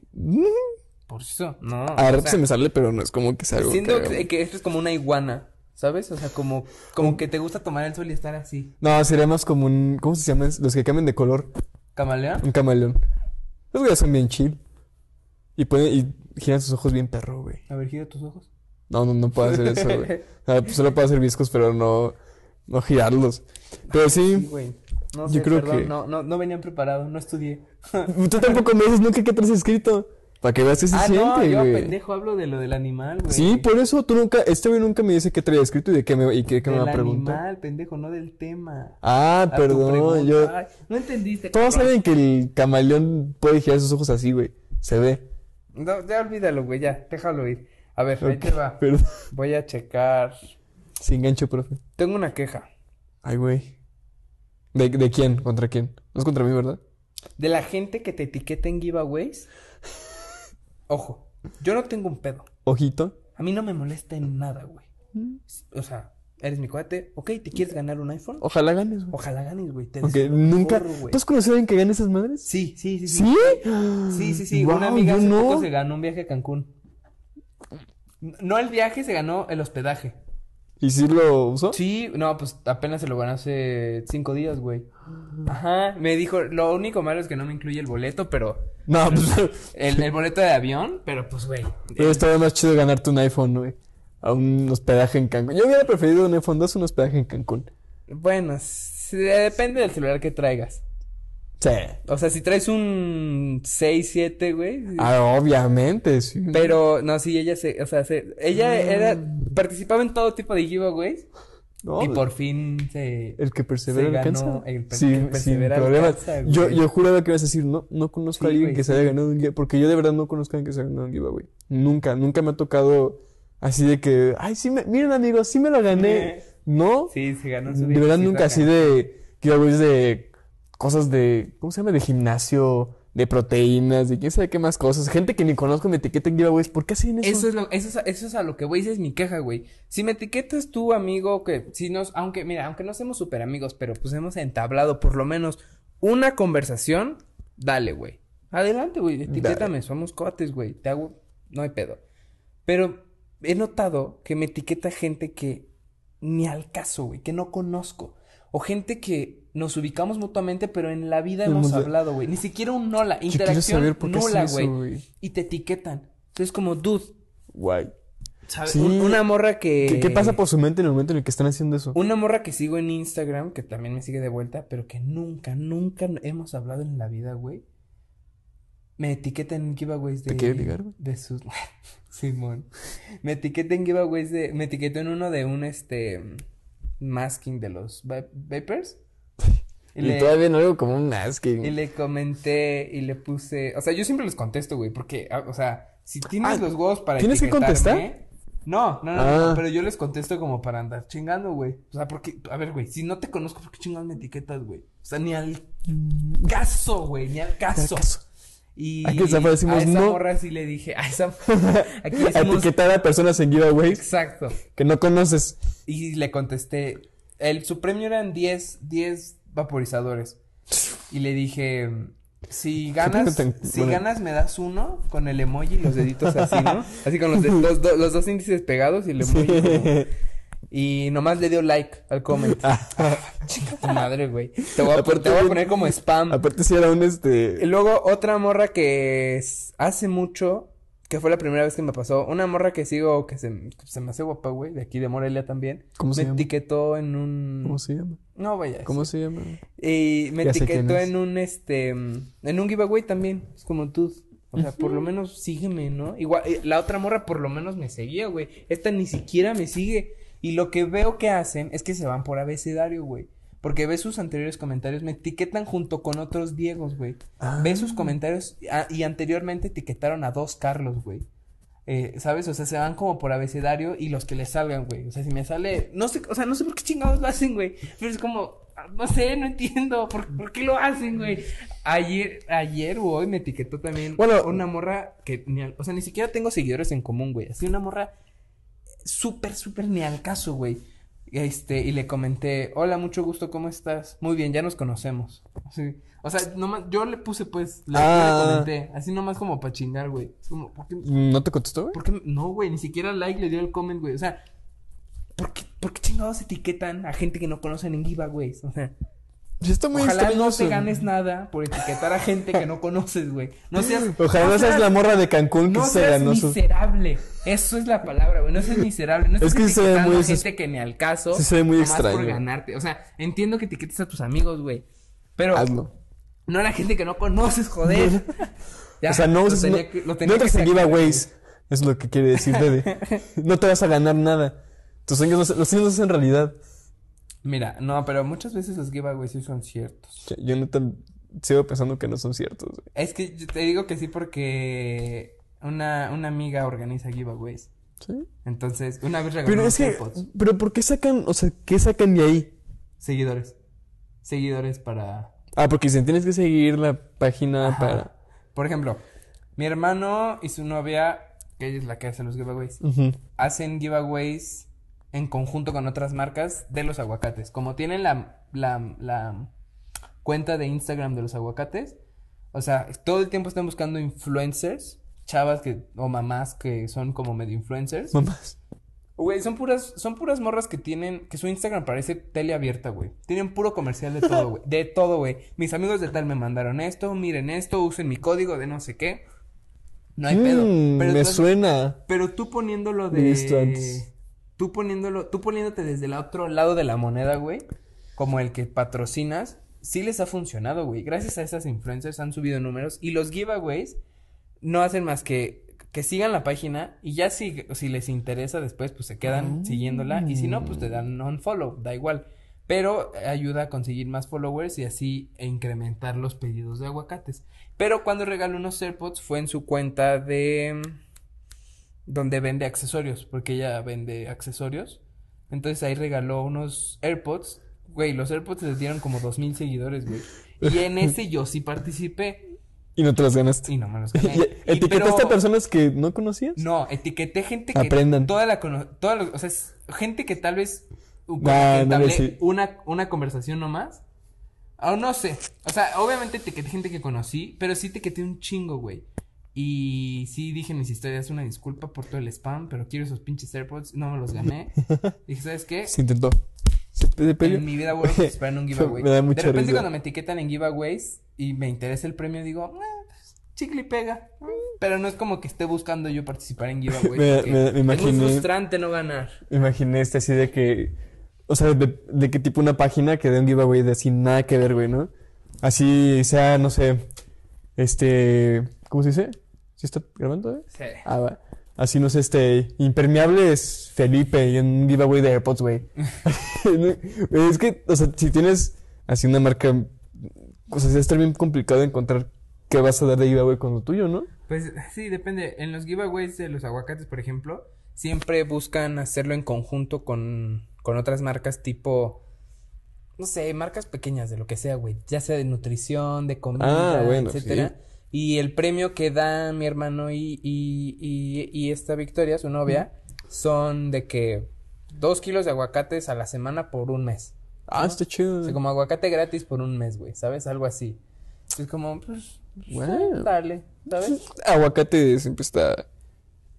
Speaker 2: Por eso, no.
Speaker 3: A
Speaker 2: o
Speaker 3: rato
Speaker 2: sea,
Speaker 3: se me sale, pero no es como que sea algo
Speaker 2: siento
Speaker 3: que-
Speaker 2: que, que esto es como una iguana, ¿sabes? O sea, como, como que te gusta tomar el sol y estar así.
Speaker 3: No, sería más como un. ¿Cómo se llaman? Los que cambian de color.
Speaker 2: ¿Camaleón?
Speaker 3: Un camaleón. Los güeyes son bien chill. Y ponen, y giran sus ojos bien perro, güey.
Speaker 2: A ver, gira tus ojos.
Speaker 3: No, no, no puedo hacer eso, güey. O sea, pues, solo puedo hacer viscos, pero no. No girarlos. Pero sí.
Speaker 2: Sí, güey. No
Speaker 3: Yo
Speaker 2: sé,
Speaker 3: creo
Speaker 2: perdón,
Speaker 3: que-
Speaker 2: no, no, no venían preparados, no estudié.
Speaker 3: Tú tampoco me dices nunca qué traes escrito. Para que veas que se
Speaker 2: ah, no,
Speaker 3: siente,
Speaker 2: yo
Speaker 3: güey.
Speaker 2: pendejo hablo de lo del animal, güey.
Speaker 3: Sí, pues, por eso tú nunca, este güey nunca me dice qué traía escrito y de qué me, y qué, qué me
Speaker 2: Del
Speaker 3: va a preguntar.
Speaker 2: animal, pendejo, no del tema.
Speaker 3: Ah,
Speaker 2: A tu pregunta.
Speaker 3: perdón, yo.
Speaker 2: Ay, no entendiste.
Speaker 3: Todos
Speaker 2: cabrón.
Speaker 3: saben que el camaleón puede girar sus ojos así, güey. Se ve.
Speaker 2: No, ya olvídalo, güey, ya, déjalo ir. A ver, ahí te va.
Speaker 3: Perdón.
Speaker 2: Voy a checar.
Speaker 3: Sin gancho, profe.
Speaker 2: Tengo una queja.
Speaker 3: Ay, güey. ¿De, de quién? ¿Contra quién? No es contra mí, ¿verdad?
Speaker 2: De la gente que te etiqueta en giveaways. Ojo, yo no tengo un pedo.
Speaker 3: Ojito.
Speaker 2: A mí no me molesta en nada, güey. O sea, eres mi cuate. Ok, ¿te quieres ganar un iPhone?
Speaker 3: Ojalá ganes, güey.
Speaker 2: Ojalá ganes, güey. Te
Speaker 3: Aunque
Speaker 2: deseo lo
Speaker 3: nunca.
Speaker 2: mejor, güey.
Speaker 3: ¿Tú has conocido a alguien que gane esas madres?
Speaker 2: Sí, sí, sí, sí.
Speaker 3: ¿Sí?
Speaker 2: Sí, sí, sí. Una
Speaker 3: Guau,
Speaker 2: amiga
Speaker 3: yo
Speaker 2: hace
Speaker 3: no.
Speaker 2: poco se ganó un viaje a Cancún. No el viaje, se ganó el hospedaje.
Speaker 3: ¿Y si lo usó?
Speaker 2: Sí, no, pues apenas se lo ganó hace cinco días, güey. Ajá, me dijo, lo único malo es que no me incluye el boleto, pero...
Speaker 3: No, pues.
Speaker 2: El, el boleto de avión, pero pues, güey.
Speaker 3: Pero estaría más chido ganarte un iPhone, güey. A un hospedaje en Cancún. Yo hubiera preferido un iPhone 2 a un hospedaje en Cancún.
Speaker 2: Bueno, se- depende del celular que traigas.
Speaker 3: Sí.
Speaker 2: O sea, si traes un 6, 7, güey. sí.
Speaker 3: Ah, obviamente, sí.
Speaker 2: Pero, no, sí, ella se, o sea, se-
Speaker 3: Ah.
Speaker 2: ella era, participaba en todo tipo de giveaways
Speaker 3: No,
Speaker 2: y por fin se...
Speaker 3: El que persevera
Speaker 2: Se ganó
Speaker 3: alcanza.
Speaker 2: el per-
Speaker 3: Sí,
Speaker 2: que
Speaker 3: sin
Speaker 2: persevera
Speaker 3: problemas.
Speaker 2: alcanza, güey.
Speaker 3: yo, yo juraba que ibas a decir, no, no conozco a
Speaker 2: Sí,
Speaker 3: alguien
Speaker 2: güey,
Speaker 3: que se haya ganado un giveaway. Porque yo de verdad no conozco a alguien que se haya ganado un giveaway. Nunca, nunca me ha tocado así de que, ay, sí, me, miren amigos, sí me lo gané. No,
Speaker 2: Sí, se ganó su
Speaker 3: de verdad
Speaker 2: viajecito
Speaker 3: nunca
Speaker 2: acá.
Speaker 3: así de giveaways de cosas de, ¿cómo se llama? De gimnasio, de proteínas, de quién sabe qué más cosas. Gente que ni conozco me etiqueta en giveaways. ¿Por qué hacen eso?
Speaker 2: Eso es, lo, eso, es, eso es a lo que voy, esa es mi queja, güey. Si me etiquetas tú, amigo, que si nos, aunque, mira, aunque no seamos súper amigos, pero pues hemos entablado por lo menos una conversación, dale, güey. Adelante, güey, etiquétame, somos cuates, güey, te hago, no hay pedo. Pero he notado que me etiqueta gente que ni al caso, güey, que no conozco. O gente que nos ubicamos mutuamente, pero en la vida
Speaker 3: No
Speaker 2: hemos
Speaker 3: hemos-
Speaker 2: hablado, güey. Ni siquiera un nola,
Speaker 3: Yo quiero
Speaker 2: interacción
Speaker 3: saber por qué hacen
Speaker 2: nula,
Speaker 3: eso,
Speaker 2: güey.
Speaker 3: güey.
Speaker 2: Y te etiquetan. Entonces, como, dude,
Speaker 3: Guay.
Speaker 2: ¿Sabes?
Speaker 3: Sí.
Speaker 2: Un- una morra que.
Speaker 3: ¿Qué, qué pasa por su mente en el momento en el que están haciendo eso?
Speaker 2: Una morra que sigo en Instagram, que también me sigue de vuelta, pero que nunca, nunca hemos hablado en la vida, güey. Me etiqueta en giveaways de.
Speaker 3: ¿Te quiere ligar, güey?
Speaker 2: De sus. Simón. Me etiqueta en giveaways de. Me etiquetó en uno de un este. Masking de los va- Vapers.
Speaker 3: Y, todavía no algo como un masking.
Speaker 2: Y le comenté y le puse. O sea, yo siempre les contesto, güey, porque, ah, o sea, si tienes
Speaker 3: Ah,
Speaker 2: los huevos para.
Speaker 3: ¿tienes que contestar?
Speaker 2: etiquetarme- No, no, no,
Speaker 3: Ah.
Speaker 2: no, pero yo les contesto como para andar chingando, güey. O sea, porque, a ver, güey, si no te conozco, ¿por qué chingados me etiquetas, güey? O sea, ni al caso, güey, ni al caso.
Speaker 3: caso.
Speaker 2: Y
Speaker 3: Aquí esa morra decimos
Speaker 2: a esa
Speaker 3: no.
Speaker 2: morra sí le dije, a esa aquí
Speaker 3: A
Speaker 2: decimos
Speaker 3: Etiquetar a personas en giveaways
Speaker 2: exacto.
Speaker 3: que no conoces.
Speaker 2: Y le contesté, el, su premio eran 10, 10 vaporizadores. Y le dije, si ganas,
Speaker 3: premio tan-
Speaker 2: si
Speaker 3: bueno.
Speaker 2: ganas me das uno con el emoji y los deditos así, ¿no? Así con los, de- los, do- los dos índices pegados y el emoji. como- Y nomás le dio like al comment.
Speaker 3: Ah,
Speaker 2: Chica tu madre, güey. Te voy a, pon- te voy a poner como spam.
Speaker 3: Aparte si era un
Speaker 2: Y
Speaker 3: este...
Speaker 2: luego otra morra que es- hace mucho, que fue la primera vez que me pasó, una morra que sigo, que se, que se me hace guapa, güey, de aquí de Morelia también.
Speaker 3: ¿Cómo
Speaker 2: me
Speaker 3: se llama?
Speaker 2: etiquetó en un...
Speaker 3: ¿Cómo se llama?
Speaker 2: No vaya. a
Speaker 3: ¿Cómo
Speaker 2: decir.
Speaker 3: se llama?
Speaker 2: Y me
Speaker 3: Ya sé quién
Speaker 2: etiquetó
Speaker 3: es.
Speaker 2: en un, este, mm, en un giveaway también, es como tú. O sea, por lo menos sígueme, ¿no? Igual, eh, la otra morra por lo menos me seguía, güey. Esta ni siquiera me sigue. Y lo que veo que hacen es que se van por abecedario, güey. Porque ves sus anteriores comentarios, me etiquetan junto con otros Diegos, güey.
Speaker 3: Ah.
Speaker 2: Ve sus comentarios ah, y anteriormente etiquetaron a dos Carlos, güey. Eh, ¿Sabes? O sea, se van como por abecedario y los que les salgan, güey. O sea, si me sale. No sé, o sea, no sé por qué chingados lo hacen, güey. Pero es como. ah, No sé, no entiendo. ¿Por, por qué lo hacen, güey? Ayer, ayer, o hoy me etiquetó también.
Speaker 3: Bueno.
Speaker 2: una morra que. ni al- o sea, ni siquiera tengo seguidores en común, güey. Así una morra súper, súper ni al caso, güey. Este, y le comenté, hola, mucho gusto, ¿cómo estás? Muy bien, ya nos conocemos. Así, o sea, nomás, yo le puse, pues, le, yo le
Speaker 3: Ah.
Speaker 2: comenté, así nomás como para chingar, güey. Es como, ¿por qué,
Speaker 3: ¿No te contestó, güey?
Speaker 2: por qué- no, güey, ni siquiera like le dio el comment, güey? O sea, ¿por qué, por qué chingados etiquetan a gente que no conocen en giveaways? O sea,
Speaker 3: Ya está muy
Speaker 2: ojalá no
Speaker 3: extrañoso.
Speaker 2: te ganes nada por etiquetar a gente que no conoces, güey. No seas...
Speaker 3: Ojalá
Speaker 2: no
Speaker 3: no seas la morra de Cancún que
Speaker 2: no
Speaker 3: se
Speaker 2: seas
Speaker 3: ganó su...
Speaker 2: miserable. Eso es la palabra, güey. No seas miserable. No
Speaker 3: Es
Speaker 2: es
Speaker 3: que
Speaker 2: que
Speaker 3: se ve muy
Speaker 2: a
Speaker 3: desesper-
Speaker 2: gente que ni al caso.
Speaker 3: Sí se ve muy
Speaker 2: nomás
Speaker 3: extraño.
Speaker 2: por ganarte. O sea, entiendo que etiquetes a tus amigos, güey. Pero
Speaker 3: Hazlo.
Speaker 2: no era gente que no conoces, joder. Ya,
Speaker 3: o sea, no
Speaker 2: lo
Speaker 3: uses.
Speaker 2: tenía
Speaker 3: no-
Speaker 2: que- lo
Speaker 3: no
Speaker 2: tenía que
Speaker 3: entres en
Speaker 2: sacar.
Speaker 3: giveaways. Es lo que quiere decir Dede. no te vas a ganar nada. Tus sueños no se- los sueños no se hacen realidad.
Speaker 2: Mira, no, pero muchas veces los giveaways sí son ciertos.
Speaker 3: Yo- Yo no tan- sigo pensando que no son ciertos. güey.
Speaker 2: Es que yo te digo que sí porque una, una amiga organiza giveaways.
Speaker 3: ¿Sí?
Speaker 2: Entonces, una vez regaló
Speaker 3: Pero
Speaker 2: unos
Speaker 3: es que.
Speaker 2: AirPods.
Speaker 3: ¿Pero por qué sacan? O sea, ¿qué sacan de ahí?
Speaker 2: Seguidores. Seguidores para...
Speaker 3: Ah, porque dicen, tienes que seguir la página
Speaker 2: Ajá.
Speaker 3: para.
Speaker 2: Por ejemplo, mi hermano y su novia, que ella es la que hace los giveaways,
Speaker 3: Ujú.
Speaker 2: hacen giveaways en conjunto con otras marcas de los aguacates. Como tienen la, la, la cuenta de Instagram de los aguacates, o sea, todo el tiempo están buscando influencers, chavas que, o mamás que son como medio influencers.
Speaker 3: Mamás.
Speaker 2: Güey, son puras, son puras morras que tienen, que su Instagram parece tele abierta, güey. Tienen puro comercial de todo, güey. De todo, güey. Mis amigos de tal me mandaron esto, miren esto, usen mi código de no sé qué. No hay pedo.
Speaker 3: Mm,
Speaker 2: Pero
Speaker 3: me
Speaker 2: tú-
Speaker 3: suena.
Speaker 2: pero tú poniéndolo
Speaker 3: Lo he visto
Speaker 2: de.
Speaker 3: antes.
Speaker 2: Tú poniéndolo, tú poniéndote desde el otro lado de la moneda, güey. Como el que patrocinas, sí les ha funcionado, güey. Gracias a esas influencers han subido números. Y los giveaways no hacen más que que sigan la página. Y ya si, si les interesa después, pues se quedan siguiéndola. Y si no, pues te dan non-follow, da igual. Pero ayuda a conseguir más followers y así e incrementar los pedidos de aguacates. Pero cuando regaló unos AirPods fue en su cuenta de mm, donde vende accesorios, porque ella vende accesorios. Entonces ahí regaló unos AirPods. Güey, los AirPods les dieron como dos mil seguidores, güey. Y en ese yo sí participé
Speaker 3: Y no te las ganaste.
Speaker 2: y no me los
Speaker 3: ¿Y
Speaker 2: gané. Y
Speaker 3: ¿Etiquetaste
Speaker 2: pero-
Speaker 3: a personas que no conocías?
Speaker 2: No, etiqueté gente que...
Speaker 3: Aprendan.
Speaker 2: Toda la cono- toda la- o sea, es gente que tal vez... con
Speaker 3: Nah,
Speaker 2: la que
Speaker 3: no
Speaker 2: entablé
Speaker 3: les sí.
Speaker 2: una, una conversación nomás. O no sé. O sea, obviamente etiqueté gente que conocí, pero sí etiqueté un chingo, güey. Y sí dije en mis historias una disculpa por todo el spam, pero quiero esos pinches AirPods, no me los gané. dije, ¿sabes qué?
Speaker 3: Se intentó. Se, se peleó.
Speaker 2: En mi vida vuelvo a participar en un giveaway.
Speaker 3: Me da mucha
Speaker 2: de repente
Speaker 3: risa.
Speaker 2: cuando me etiquetan en giveaways y me interesa el premio, digo, "Ah, pues, chicle y pega. Pero no es como que esté buscando yo participar en giveaways.
Speaker 3: Me-
Speaker 2: porque
Speaker 3: me- me
Speaker 2: Es muy
Speaker 3: imaginé.
Speaker 2: frustrante no ganar.
Speaker 3: Me imaginé este así de que. O sea, de, de que tipo una página que dé un giveaway de así nada que ver, güey, ¿no? Así sea, no sé. Este. ¿Cómo se dice? ¿Sí está grabando? eh?
Speaker 2: Sí.
Speaker 3: Ah, va. Así no sé, este. Impermeables Felipe y un giveaway de AirPods, güey. es que, o sea, si tienes así una marca. O sea, sí está bien complicado encontrar qué vas a dar de giveaway con lo tuyo, ¿no?
Speaker 2: Pues sí, depende. En los giveaways de los aguacates, por ejemplo, siempre buscan hacerlo en conjunto con, con otras marcas tipo... No sé, marcas pequeñas de lo que sea, güey. Ya sea de nutrición, de comida,
Speaker 3: Ah, bueno,
Speaker 2: etcétera. Y el premio que da mi hermano y, y, y, y esta Victoria, su novia, son de que dos kilos de aguacates a la semana por un mes.
Speaker 3: Ah, está chido.
Speaker 2: O sea, como aguacate gratis por un mes, güey, ¿sabes? Algo así. Es como, pues,
Speaker 3: Wow.
Speaker 2: dale, ¿sabes?
Speaker 3: Aguacate siempre está.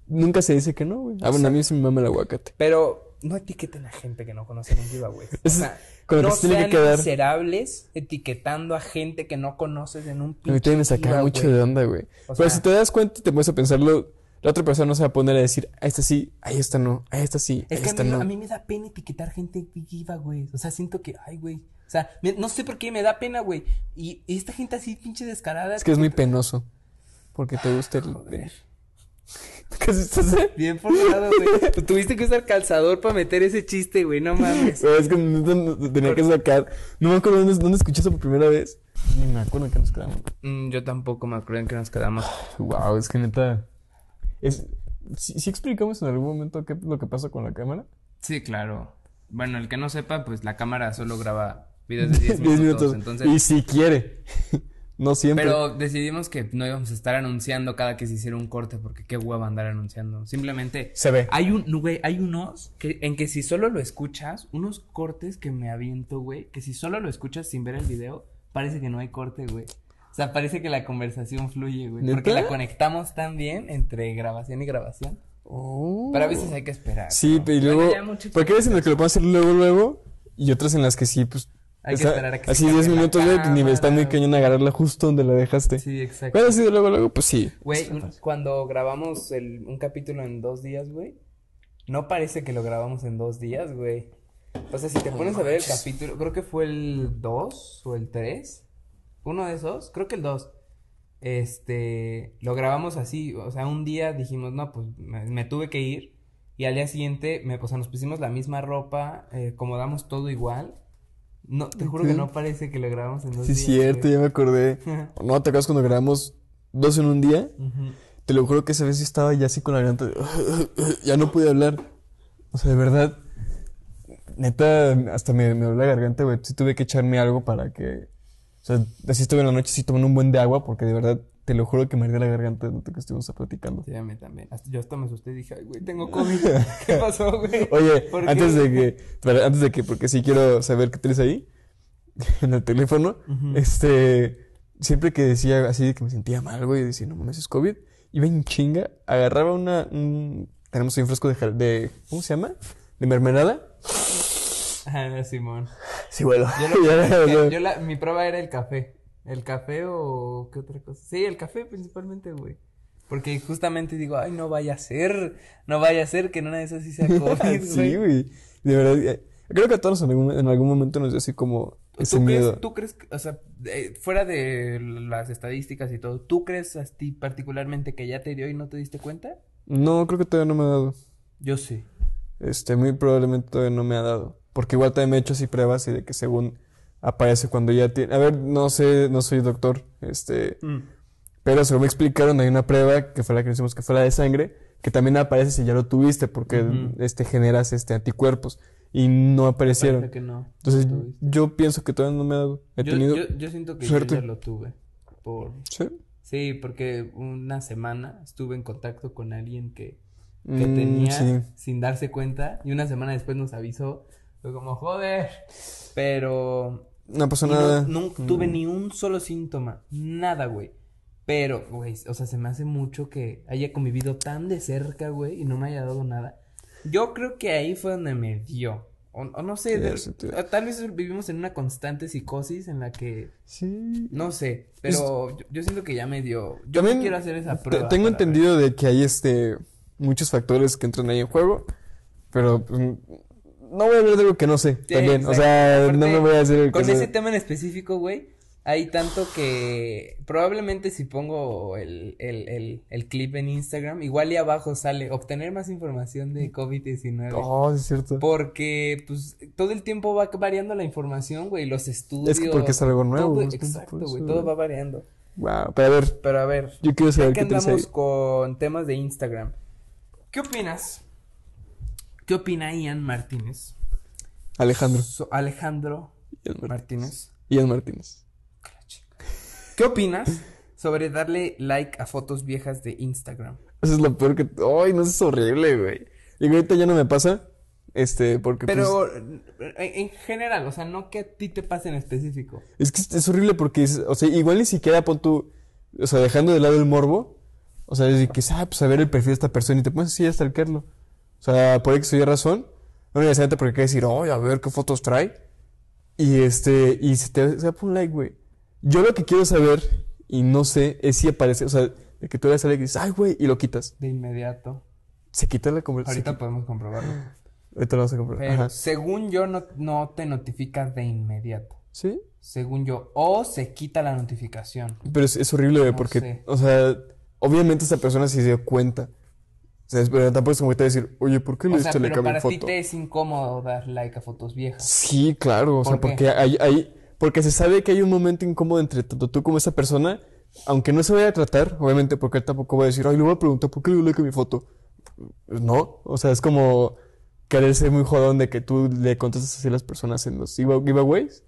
Speaker 3: Nunca se dice que no, güey. Ah, bueno, a mí se me mama el aguacate.
Speaker 2: Pero no etiqueten a gente que no conocen en giveaways. O
Speaker 3: Eso
Speaker 2: sea,
Speaker 3: es con lo
Speaker 2: no
Speaker 3: que se tiene
Speaker 2: sean
Speaker 3: que quedar.
Speaker 2: miserables etiquetando a gente que no conoces en un
Speaker 3: A mí también me sacaba
Speaker 2: giveaway.
Speaker 3: mucho de onda, güey.
Speaker 2: O
Speaker 3: Pero
Speaker 2: sea-
Speaker 3: si te das cuenta y te pones a pensarlo, la otra persona se va a poner a decir, a esta sí, a esta no, a esta sí, a
Speaker 2: Es que a
Speaker 3: esta
Speaker 2: mí,
Speaker 3: no.
Speaker 2: a mí me da pena etiquetar gente en giveaways. O sea, siento que, ay, güey. O sea, me- no sé por qué me da pena, güey. Y, y esta gente así, pinche descarada.
Speaker 3: Es que es muy penoso. Porque te gusta el.
Speaker 2: Joder.
Speaker 3: ¿Qué estás haciendo?
Speaker 2: Bien forzado, güey. Tú Tuviste que usar calzador para meter ese chiste, güey. No mames.
Speaker 3: Güey, Es que no- no- no- tenía que sacar. No me acuerdo dónde, dónde escuché eso por primera vez. Ni me acuerdo en qué nos quedamos.
Speaker 2: Mm, yo tampoco me acuerdo en que nos quedamos.
Speaker 3: Wow, es que neta. Es... ¿Sí, sí explicamos en algún momento qué es lo que pasa con la cámara?
Speaker 2: Sí, claro. Bueno, el que no sepa, pues la cámara solo graba videos de 10
Speaker 3: 10
Speaker 2: minutos.
Speaker 3: minutos.
Speaker 2: Entonces,
Speaker 3: Y si quiere. no siempre.
Speaker 2: pero decidimos que no íbamos a estar anunciando cada que se hiciera un corte, porque qué hueva andar anunciando. Simplemente.
Speaker 3: Se ve.
Speaker 2: Hay un, no, güey, hay unos que, en que si solo lo escuchas, unos cortes que me aviento, güey, que si solo lo escuchas sin ver el video, parece que no hay corte, güey. O sea, parece que la conversación fluye, güey. Porque
Speaker 3: ¿Neta?
Speaker 2: la conectamos tan bien entre grabación y grabación.
Speaker 3: Oh.
Speaker 2: Pero a veces hay que esperar. ¿no?
Speaker 3: Sí, y
Speaker 2: Bueno,
Speaker 3: luego.
Speaker 2: ya mucho-
Speaker 3: Porque hay veces en las que lo puedo hacer luego, luego. Y otras en las que sí, pues.
Speaker 2: Hay que
Speaker 3: está-
Speaker 2: esperar a que se
Speaker 3: Así
Speaker 2: cargue
Speaker 3: 10
Speaker 2: la
Speaker 3: minutos, güey, pues, ni me está muy
Speaker 2: cámara.
Speaker 3: cañón agarrarla justo donde la dejaste.
Speaker 2: Sí, exacto.
Speaker 3: Pero así de luego, luego, pues sí.
Speaker 2: Güey, un- cuando grabamos el- un capítulo en dos días, güey, no parece que lo grabamos en dos días, güey. O sea, si te pones a ver el capítulo, creo que fue el 2 o el 3. uno de esos, creo que el 2. Este, lo grabamos así, o sea, un día dijimos, no, pues me, me tuve que ir. Y al día siguiente, me, o sea, nos pusimos la misma ropa, eh, acomodamos todo igual. No, te juro que
Speaker 3: Ok.
Speaker 2: no parece que lo grabamos en dos
Speaker 3: Sí,
Speaker 2: días.
Speaker 3: cierto,
Speaker 2: güey.
Speaker 3: ya me acordé. No, ¿te acuerdas cuando grabamos dos en un día?
Speaker 2: Ujú.
Speaker 3: Te lo juro que esa vez yo estaba ya así con la garganta. de, ya no pude hablar. O sea, de verdad. Neta, hasta me, me dobló la garganta, güey. Sí tuve que echarme algo para que. O sea, así estuve en la noche, sí tomando un buen de agua, porque de verdad, te lo juro que me ardía la garganta de lo que estuvimos platicando.
Speaker 2: Sí, a mí también. Hasta- yo hasta me asusté y dije, ay, güey, tengo COVID. ¿Qué pasó, güey?
Speaker 3: Oye,
Speaker 2: ¿Por qué?
Speaker 3: antes de que. espera, antes de que, porque sí quiero saber qué traes ahí. En el teléfono.
Speaker 2: Ujú.
Speaker 3: Este. Siempre que decía así que me sentía mal, güey, decía, no mames, es COVID. Iba en chinga, agarraba una. un- tenemos ahí un frasco de, jal- de. ¿Cómo se llama? De mermelada.
Speaker 2: Ah, Simón.
Speaker 3: Sí, bueno.
Speaker 2: Yo lo-
Speaker 3: Ya, ya, ya.
Speaker 2: Yo la, mi prueba era el café. ¿El café o qué otra cosa? Sí, el café principalmente, güey. Porque justamente digo, ay, no vaya a ser, no vaya a ser que en una de esas sí sea COVID,
Speaker 3: Sí,
Speaker 2: güey.
Speaker 3: güey. De verdad. eh, Creo que a todos en algún, en algún momento nos dio así como ese
Speaker 2: ¿Tú
Speaker 3: miedo.
Speaker 2: crees, tú crees, que- o sea, eh, fuera de las estadísticas y todo, ¿tú crees a ti particularmente que ya te dio y no te diste cuenta?
Speaker 3: No, creo que todavía no me ha dado.
Speaker 2: Yo sí.
Speaker 3: Este, muy probablemente todavía no me ha dado. Porque igual también me he hecho así pruebas y de que según aparece cuando ya tiene. A ver, no sé, no soy doctor. Este.
Speaker 2: Mm.
Speaker 3: Pero según me explicaron, hay una prueba que fue la que hicimos, que fue la de sangre, que también aparece si ya lo tuviste, porque
Speaker 2: Ujú.
Speaker 3: este, generas este, anticuerpos. Y no aparecieron.
Speaker 2: Parece que no.
Speaker 3: Entonces,
Speaker 2: Tú-
Speaker 3: yo pienso que todavía no me ha dado. He
Speaker 2: yo,
Speaker 3: tenido.
Speaker 2: yo- yo siento que
Speaker 3: suerte.
Speaker 2: yo ya lo tuve. Por...
Speaker 3: Sí.
Speaker 2: Sí, porque una semana estuve en contacto con alguien que, que
Speaker 3: Mm,
Speaker 2: tenía
Speaker 3: sí.
Speaker 2: sin darse cuenta y una semana después nos avisó. Fue como, joder. Pero
Speaker 3: No pasó
Speaker 2: y no-
Speaker 3: nada. Mm.
Speaker 2: nunca tuve ni un solo síntoma. Nada, güey. Pero, güey, o sea, se me hace mucho que haya convivido tan de cerca, güey, y no me haya dado nada. Yo creo que ahí fue donde me dio. O, o no sé,
Speaker 3: Sí,
Speaker 2: de-
Speaker 3: sí, sí.
Speaker 2: o tal vez vivimos en una constante psicosis en la que,
Speaker 3: Sí.
Speaker 2: no sé, pero yo, yo siento que ya me dio. Yo
Speaker 3: Pues, También
Speaker 2: no quiero hacer esa
Speaker 3: Te-
Speaker 2: prueba.
Speaker 3: Tengo
Speaker 2: para
Speaker 3: entendido de que hay este muchos factores que entran ahí en juego, pero pues, n- no voy a hablar de algo que no sé
Speaker 2: Sí,
Speaker 3: también. O
Speaker 2: exacto.
Speaker 3: sea, no me
Speaker 2: Aparte,
Speaker 3: voy a hacer el
Speaker 2: Con
Speaker 3: que no-
Speaker 2: ese tema en específico, güey, hay tanto que probablemente si pongo el, el, el, el clip en Instagram, igual y abajo sale obtener más información de COVID-19.
Speaker 3: Oh, sí es cierto.
Speaker 2: Porque, pues, todo el tiempo va variando la información, güey, los estudios.
Speaker 3: Es que porque es algo nuevo.
Speaker 2: todo-
Speaker 3: es que
Speaker 2: exacto,
Speaker 3: por eso,
Speaker 2: güey, todo va variando.
Speaker 3: Wow, pero a ver,
Speaker 2: Pero a ver,
Speaker 3: yo quiero
Speaker 2: ya
Speaker 3: saber
Speaker 2: que
Speaker 3: qué traes
Speaker 2: andamos
Speaker 3: ahí.
Speaker 2: con temas de Instagram, ¿qué opinas? ¿Qué opina Ian Martínez?
Speaker 3: Alejandro
Speaker 2: So- Alejandro
Speaker 3: Ian Martínez.
Speaker 2: Martínez.
Speaker 3: Ian Martínez.
Speaker 2: ¿Qué opinas sobre darle like a fotos viejas de Instagram?
Speaker 3: Eso es lo peor que. Ay, no eso es horrible, güey. Y ahorita ya no me pasa. Este, porque pues,
Speaker 2: Pero eh, en general, o sea, no que a ti te pase en específico.
Speaker 3: Es que es- es horrible porque, es- o sea, igual ni siquiera pon tú, o sea, dejando de lado el morbo, o sea, de que, ah, pues a ver el perfil de esta persona y te pones así a stalkearlo. O sea, por X o Y razón, no necesariamente porque quieres decir, oye, a ver qué fotos trae. Y este, y se te se da un like, güey. Yo lo que quiero saber, y no sé, es si aparece, o sea, de que tú le sale y dices, ay, güey, y lo quitas.
Speaker 2: De inmediato.
Speaker 3: Se quita la conversación.
Speaker 2: Ahorita podemos comprobarlo.
Speaker 3: Ahorita lo vas a comprar.
Speaker 2: Pero
Speaker 3: Ajá.
Speaker 2: según yo, no, no te notificas de inmediato.
Speaker 3: ¿Sí?
Speaker 2: Según yo. O se quita la notificación.
Speaker 3: Pero es, es horrible, güey,
Speaker 2: No
Speaker 3: porque,
Speaker 2: sé.
Speaker 3: o sea, obviamente esta persona sí se dio cuenta. O sea, es- pero tampoco es como que te va a decir, oye, ¿por qué le
Speaker 2: O sea,
Speaker 3: diste like a
Speaker 2: pero
Speaker 3: mi
Speaker 2: para ti
Speaker 3: foto?
Speaker 2: te es incómodo dar like a fotos viejas.
Speaker 3: Sí, claro, o sea,
Speaker 2: ¿Por qué?
Speaker 3: porque hay, hay- porque se sabe que hay un momento incómodo entre tanto tú como esa persona, aunque no se vaya a tratar, obviamente, porque él tampoco va a decir, ay, le voy a preguntar, ¿por qué le dio like a mi foto? No, o sea, es como querer ser muy jodón de que tú le contestas así a las personas en los give- giveaways,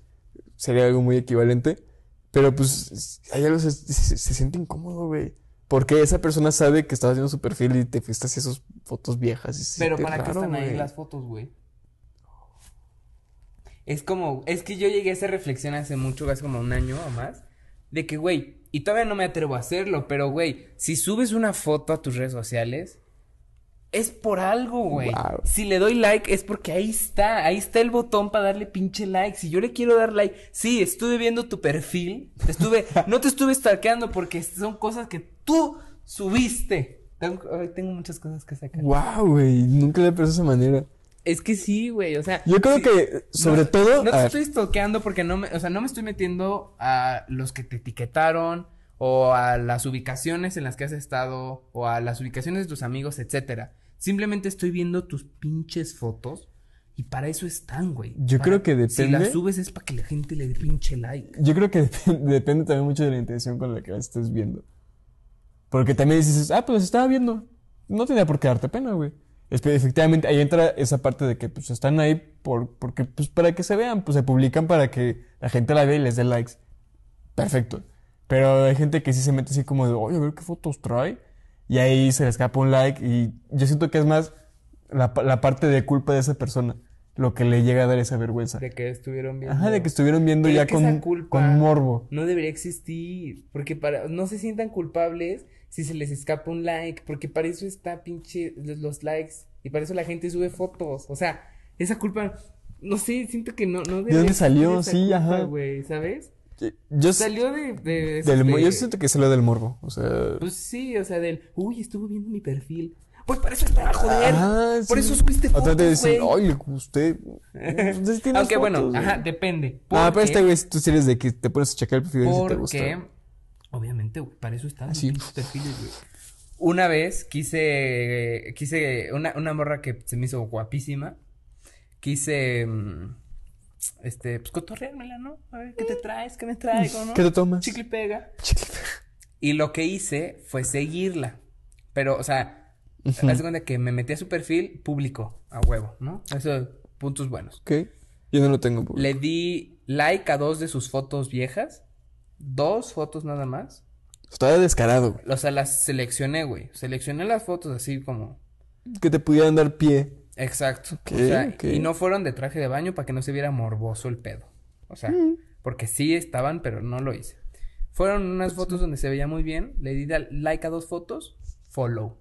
Speaker 3: sería algo muy equivalente, pero pues hay algo, se, se- se siente incómodo, güey. Porque esa persona sabe que estaba haciendo su perfil y te fuiste hacia sus fotos viejas. Y se
Speaker 2: Pero
Speaker 3: siente
Speaker 2: para qué
Speaker 3: raro,
Speaker 2: están ahí
Speaker 3: güey.
Speaker 2: las fotos, güey. Es como, es que yo llegué a esa reflexión hace mucho, hace como un año o más, de que, güey, y todavía no me atrevo a hacerlo, pero, güey, si subes una foto a tus redes sociales, es por algo, güey.
Speaker 3: Wow.
Speaker 2: Si le doy like es porque ahí está, ahí está el botón para darle pinche like. Si yo le quiero dar like, sí, estuve viendo tu perfil, te estuve, no te estuve stalkeando porque son cosas que tú subiste. Tengo, ay, tengo muchas cosas que sacar.
Speaker 3: Wow, güey, nunca le pensé de esa manera.
Speaker 2: Es que sí, güey, o sea.
Speaker 3: Yo creo
Speaker 2: sí-
Speaker 3: que, sobre
Speaker 2: no,
Speaker 3: todo.
Speaker 2: No
Speaker 3: a
Speaker 2: te
Speaker 3: ver,
Speaker 2: estoy stalkeando porque no me. O sea, no me estoy metiendo a los que te etiquetaron. O a las ubicaciones en las que has estado. O a las ubicaciones de tus amigos, etcétera. Simplemente estoy viendo tus pinches fotos. Y para eso están, güey.
Speaker 3: Yo
Speaker 2: Para-
Speaker 3: creo que
Speaker 2: Si las
Speaker 3: depende.
Speaker 2: subes es para que la gente le dé pinche like.
Speaker 3: Yo creo que dep- depende también mucho de la intención con la que la estés viendo. Porque también dices, ah, pues estaba viendo. No tenía por qué darte pena, güey. Es que Efectivamente, ahí entra esa parte de que pues están ahí por, porque, pues, para que se vean, pues se publican para que la gente la vea y les dé likes. Perfecto. Pero hay gente que sí se mete así como de, oye, a ver qué fotos trae. Y ahí se le escapa un like y yo siento que es más la, pa- la parte de culpa de esa persona lo que le llega a dar esa vergüenza.
Speaker 2: De que estuvieron viendo.
Speaker 3: Ajá, de que estuvieron viendo
Speaker 2: Pero
Speaker 3: ya
Speaker 2: es que esa
Speaker 3: con,
Speaker 2: culpa-
Speaker 3: con morbo.
Speaker 2: No debería existir, porque para no se sientan culpables si se les escapa un like, porque para eso está pinche los, los likes y para eso la gente sube fotos, o sea, esa culpa no sé, siento que no no debería
Speaker 3: dónde
Speaker 2: existir
Speaker 3: salió?
Speaker 2: esa
Speaker 3: Sí,
Speaker 2: culpa,
Speaker 3: ajá.
Speaker 2: güey, ¿sabes?
Speaker 3: Yo,
Speaker 2: Salió de, de,
Speaker 3: del mo-
Speaker 2: este,
Speaker 3: yo siento que salió del morbo. O sea.
Speaker 2: pues sí, o sea, del uy, estuvo viendo mi perfil. Pues para eso estaba, joder.
Speaker 3: ah,
Speaker 2: por
Speaker 3: sí.
Speaker 2: eso subiste
Speaker 3: O te
Speaker 2: fotos,
Speaker 3: dicen,
Speaker 2: güey.
Speaker 3: ay, le gusté. Entonces tienes
Speaker 2: Aunque bueno,
Speaker 3: fotos,
Speaker 2: ajá,
Speaker 3: güey.
Speaker 2: depende.
Speaker 3: Ah, pero
Speaker 2: porque-
Speaker 3: este güey, si tú sí eres de que te pones a checar el perfil y si te gusta.
Speaker 2: Porque, obviamente, güey, para eso están los
Speaker 3: Así.
Speaker 2: pinches perfiles, güey. Una vez quise, quise, una, una morra que se me hizo guapísima, quise, mm, este, pues cotorreármela, ¿no? A ver, ¿qué te traes? ¿Qué me traigo, no?
Speaker 3: Mm. ¿Qué te tomas?
Speaker 2: Chicle y pega.
Speaker 3: Chicle.
Speaker 2: Y lo que hice fue seguirla. Pero, o sea, haz de cuenta que me metí a su perfil público, a huevo, ¿no? Eso, puntos buenos.
Speaker 3: Ok. Yo no lo tengo. por-
Speaker 2: Le di like a dos de sus fotos viejas. Dos fotos nada más.
Speaker 3: Estaba descarado, güey.
Speaker 2: O sea, las seleccioné, güey. Seleccioné las fotos así como.
Speaker 3: Que te pudieran dar pie.
Speaker 2: Exacto.
Speaker 3: Ok,
Speaker 2: o sea,
Speaker 3: ok.
Speaker 2: y no fueron de traje de baño para que no se viera morboso el pedo. O sea,
Speaker 3: Mm.
Speaker 2: porque sí estaban, pero no lo hice. Fueron
Speaker 3: Pues
Speaker 2: unas fotos donde se veía muy bien. Le di da- like a dos fotos, follow.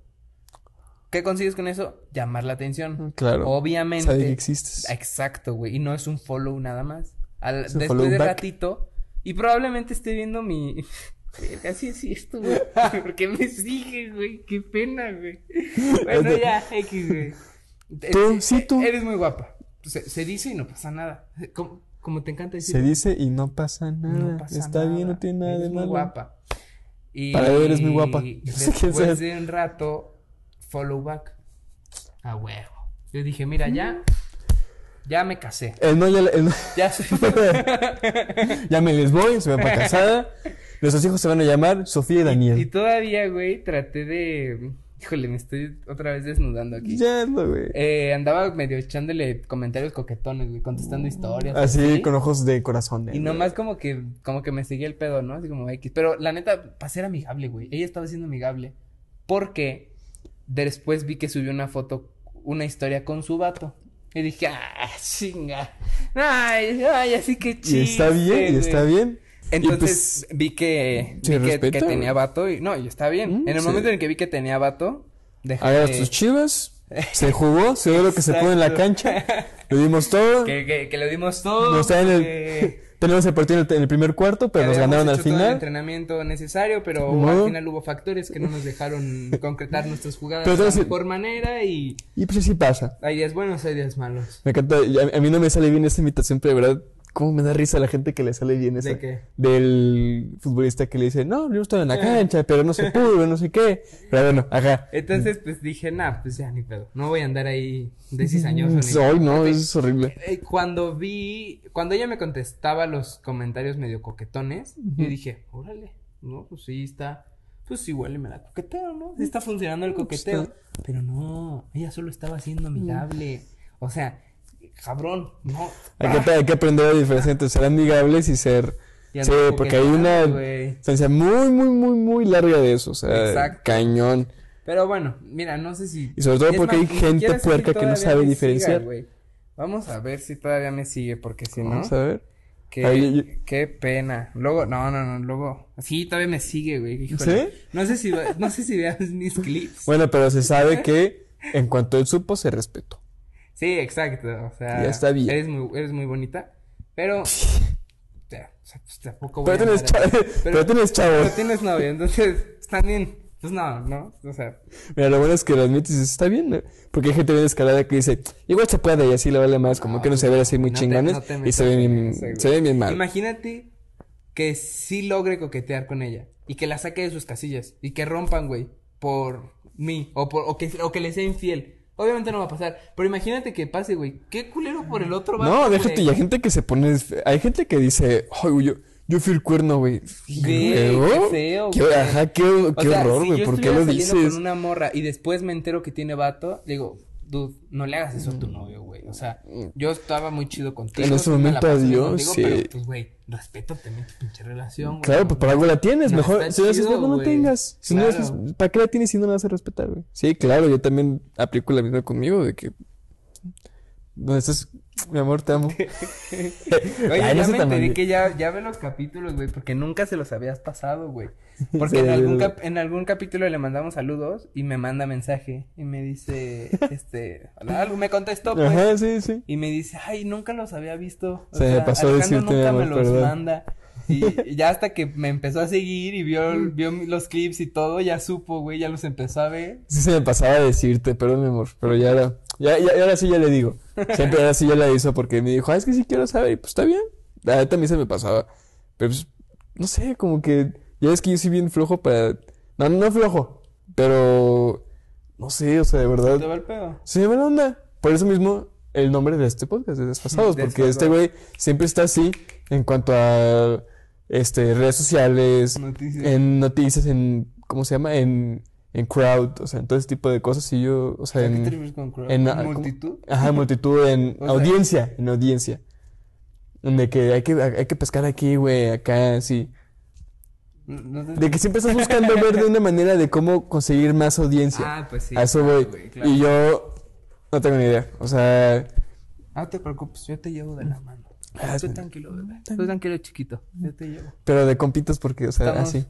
Speaker 2: ¿Qué consigues con eso? Llamar la atención.
Speaker 3: Claro.
Speaker 2: Obviamente.
Speaker 3: Sabe que existes.
Speaker 2: Pues, Exacto, güey. Y no es un follow nada más. Al-
Speaker 3: Es un follow
Speaker 2: después de
Speaker 3: back.
Speaker 2: ratito. Y probablemente esté viendo mi. Así es esto, güey. Porque me sigue, güey. Qué pena, güey. Bueno, ya, X, güey.
Speaker 3: Tú, sí, tú.
Speaker 2: Eres muy guapa. Se, se dice y no pasa nada. Como, como te encanta decir.
Speaker 3: Se dice y no pasa nada.
Speaker 2: No pasa
Speaker 3: Ah, Está bien, no tiene nada
Speaker 2: eres
Speaker 3: de
Speaker 2: muy
Speaker 3: malo.
Speaker 2: guapa. Y
Speaker 3: Para ver, eres muy guapa. No sé quién
Speaker 2: Después
Speaker 3: seas.
Speaker 2: de un rato, follow back. A huevo. Yo dije, mira, ya. Ya me casé.
Speaker 3: El no ya. le- el no-
Speaker 2: Ya soy.
Speaker 3: ya me les voy, se van para casada. Nuestros hijos se van a llamar Sofía y Daniel.
Speaker 2: y todavía, güey, traté de. Híjole, me estoy otra vez desnudando aquí.
Speaker 3: Ya, no, güey.
Speaker 2: Eh, andaba medio echándole comentarios coquetones, güey, contestando historias.
Speaker 3: Así, con ojos de corazón. eh,
Speaker 2: Y nomás como que, como que me seguía el pedo, ¿no? Así como X. Pero la neta, para ser amigable, güey. Ella estaba siendo amigable. Porque después vi que subió una foto, una historia con su vato. Y dije, ah, chinga. Ay, ay, así que
Speaker 3: Y
Speaker 2: chiste.
Speaker 3: está bien, y
Speaker 2: güey".
Speaker 3: está bien. y
Speaker 2: Entonces
Speaker 3: pues,
Speaker 2: vi que, vi
Speaker 3: se
Speaker 2: que- que,
Speaker 3: respeta, güey.
Speaker 2: tenía vato y... No, y está bien.
Speaker 3: Mm,
Speaker 2: en el
Speaker 3: sí.
Speaker 2: momento en el que vi que tenía vato, dejé...
Speaker 3: agarras tus chivas, se jugó, se ve lo que se puede en la cancha. Lo dimos todo.
Speaker 2: que, que, que lo dimos todo.
Speaker 3: Nos traen el-
Speaker 2: que-
Speaker 3: Tenemos el partido en el, en el primer cuarto, pero nos
Speaker 2: habíamos
Speaker 3: ganaron al
Speaker 2: hecho todo el
Speaker 3: final.
Speaker 2: entrenamiento necesario, pero
Speaker 3: Ni modo.
Speaker 2: al final hubo factores que no nos dejaron concretar nuestras jugadas
Speaker 3: Pero te voy
Speaker 2: de
Speaker 3: a
Speaker 2: la
Speaker 3: decir-
Speaker 2: mejor manera y
Speaker 3: Y pues así pasa.
Speaker 2: hay días buenos, hay días malos.
Speaker 3: Me encanta. y A, a mí no me sale bien esta imitación, pero de verdad, cómo me da risa la gente que le sale bien esa.
Speaker 2: ¿De qué? Ah.
Speaker 3: Del futbolista que le dice, no, yo estaba en la cancha, pero no se pudo, no sé qué. Pero bueno, ajá.
Speaker 2: Entonces, pues dije, nah, pues ya ni pedo. No voy a andar ahí de cizañoso. ni-
Speaker 3: Ay, Mm, no, es horrible.
Speaker 2: Eh, Cuando vi, cuando ella me contestaba los comentarios medio coquetones, yo dije, órale, no, pues sí está, pues igual y me la coqueteo, ¿no? Sí está funcionando el coqueteo.
Speaker 3: está.
Speaker 2: Pero no, ella solo estaba siendo amigable. O sea, cabrón, no.
Speaker 3: Mm. Hay
Speaker 2: Ah.
Speaker 3: que, hay que aprender la diferencia entre ser amigables y ser.
Speaker 2: Y
Speaker 3: sí,
Speaker 2: andar
Speaker 3: porque hay una
Speaker 2: coqueteando, güey.
Speaker 3: distancia muy, muy, muy, muy larga de eso. O sea,
Speaker 2: Exacto.
Speaker 3: cañón.
Speaker 2: Pero bueno, mira, no sé si.
Speaker 3: Y sobre todo
Speaker 2: Es
Speaker 3: porque hay
Speaker 2: ni
Speaker 3: gente
Speaker 2: siquiera sé si
Speaker 3: puerca que no
Speaker 2: todavía
Speaker 3: sabe
Speaker 2: me siga,
Speaker 3: diferenciar.
Speaker 2: güey. Vamos a ver si todavía me sigue, porque si no.
Speaker 3: Vamos a ver.
Speaker 2: Qué,
Speaker 3: Ay, yo- yo-
Speaker 2: qué pena. Luego, no, no, no, luego. Sí, todavía me sigue, güey. híjole.
Speaker 3: ¿Sí?
Speaker 2: No sé si va- no sé si veas mis clips.
Speaker 3: Bueno, pero se sabe que en cuanto él supo, se respetó.
Speaker 2: Sí, exacto. O sea,
Speaker 3: Ya está bien.
Speaker 2: Eres muy, eres muy bonita. Pero. o sea, o sea, pues tampoco voy
Speaker 3: Pero
Speaker 2: a
Speaker 3: tienes,
Speaker 2: andar
Speaker 3: cha-
Speaker 2: ahí.
Speaker 3: pero, tienes
Speaker 2: Pero
Speaker 3: chavos.
Speaker 2: tienes novia, entonces están bien. Pues no, no, o sea,
Speaker 3: Mira, lo bueno es que lo admites y dices, está bien, ¿no? Porque hay gente bien descarada que dice, igual se puede y así le vale más, como que no se ve así muy
Speaker 2: No te-
Speaker 3: chingones
Speaker 2: no te
Speaker 3: y
Speaker 2: metas
Speaker 3: se ven
Speaker 2: en
Speaker 3: bien,
Speaker 2: eso, güey.
Speaker 3: se ven bien mal.
Speaker 2: imagínate que sí logre coquetear con ella y que la saque de sus casillas y que rompan, güey, por mí o por o que o que le sea infiel. Obviamente no va a pasar, pero imagínate que pase, güey. Qué culero por el otro vato,
Speaker 3: no,
Speaker 2: güey.
Speaker 3: déjate, y hay gente que se pone, desf- hay gente que dice, ay, güey, yo, yo fui el cuerno, güey.
Speaker 2: Güey, qué
Speaker 3: Luego,
Speaker 2: feo,
Speaker 3: qué-
Speaker 2: güey.
Speaker 3: Ajá, qué,
Speaker 2: O
Speaker 3: qué
Speaker 2: sea,
Speaker 3: horror,
Speaker 2: si
Speaker 3: güey,
Speaker 2: yo
Speaker 3: ¿por qué
Speaker 2: estuviera
Speaker 3: lo
Speaker 2: saliendo
Speaker 3: dices?
Speaker 2: con una morra y después me entero que tiene vato, le digo, dude, no le hagas eso a tu novio, güey. O sea, yo estaba muy chido contigo.
Speaker 3: En ese
Speaker 2: sí me la
Speaker 3: momento,
Speaker 2: pasé bien
Speaker 3: adiós,
Speaker 2: contigo,
Speaker 3: sí.
Speaker 2: Pero, pues, güey, respeto también tu pinche relación, güey.
Speaker 3: Claro, pues para algo la tienes,
Speaker 2: No,
Speaker 3: mejor,
Speaker 2: está
Speaker 3: si no haces
Speaker 2: chido,
Speaker 3: algo, no
Speaker 2: güey.
Speaker 3: tengas. Si no
Speaker 2: Claro.
Speaker 3: haces- ¿Para qué la tienes si no la vas a respetar, güey? Sí, claro, yo también aplico la misma conmigo, de que... Donde estás, mi amor, te amo.
Speaker 2: Oye,
Speaker 3: Ay, no
Speaker 2: ya
Speaker 3: sé
Speaker 2: me
Speaker 3: tan
Speaker 2: enteré
Speaker 3: mal.
Speaker 2: que ya, ya ve los capítulos, güey, porque nunca se los habías pasado, güey. Porque
Speaker 3: Sí,
Speaker 2: en, algún
Speaker 3: güey.
Speaker 2: cap- en algún capítulo le mandamos saludos y me manda mensaje y me dice, este, hola, algo me contestó, pues.
Speaker 3: Ajá, sí, sí.
Speaker 2: Y me dice, ay, nunca los había visto.
Speaker 3: Se me pasó
Speaker 2: Alejandro
Speaker 3: decirte,
Speaker 2: nunca
Speaker 3: mi
Speaker 2: me
Speaker 3: amor,
Speaker 2: los
Speaker 3: perdón.
Speaker 2: manda. Y ya hasta que me empezó a seguir y vio, vio los clips y todo, ya supo, güey, ya los empezó a ver.
Speaker 3: Sí se me pasaba a decirte, perdón, mi amor, pero ya ahora, ya, ya- ahora sí ya le digo. Siempre ahora sí ya le aviso porque me dijo, ah, es que sí quiero saber, y pues está bien. La neta a mí se me pasaba. Pero pues, no sé, como que, ya ves que yo soy bien flojo para, no, no flojo, pero, no sé, o sea, de verdad.
Speaker 2: Te va el pedo.
Speaker 3: Sí, buena onda. Por eso mismo el nombre de este podcast es Desfasados, porque
Speaker 2: Desfasados.
Speaker 3: este güey siempre está así en cuanto a este redes sociales,
Speaker 2: Noticias.
Speaker 3: en noticias, en ¿cómo se llama? En, en crowd, o sea, en todo ese tipo de cosas y yo, o sea,
Speaker 2: ¿A qué
Speaker 3: en,
Speaker 2: te refieres con crowd?
Speaker 3: en-
Speaker 2: ¿En multitud?
Speaker 3: ¿cómo? Ajá, en multitud, en
Speaker 2: O sea-
Speaker 3: audiencia, en audiencia. De que hay que hay que pescar aquí, güey, acá, sí.
Speaker 2: No te-
Speaker 3: De que siempre estás buscando ver de una manera de cómo conseguir más audiencia.
Speaker 2: Ah, pues sí.
Speaker 3: a eso
Speaker 2: claro,
Speaker 3: voy.
Speaker 2: güey, claro.
Speaker 3: Y yo no tengo ni idea. O sea,
Speaker 2: No te preocupes, yo te llevo de la mano.
Speaker 3: Ah,
Speaker 2: Tú
Speaker 3: sí.
Speaker 2: tranquilo, bebé. Tú tranquilo, chiquito.
Speaker 3: Mm.
Speaker 2: Yo te llevo.
Speaker 3: Pero de compitas porque, o sea,
Speaker 2: Estamos
Speaker 3: así.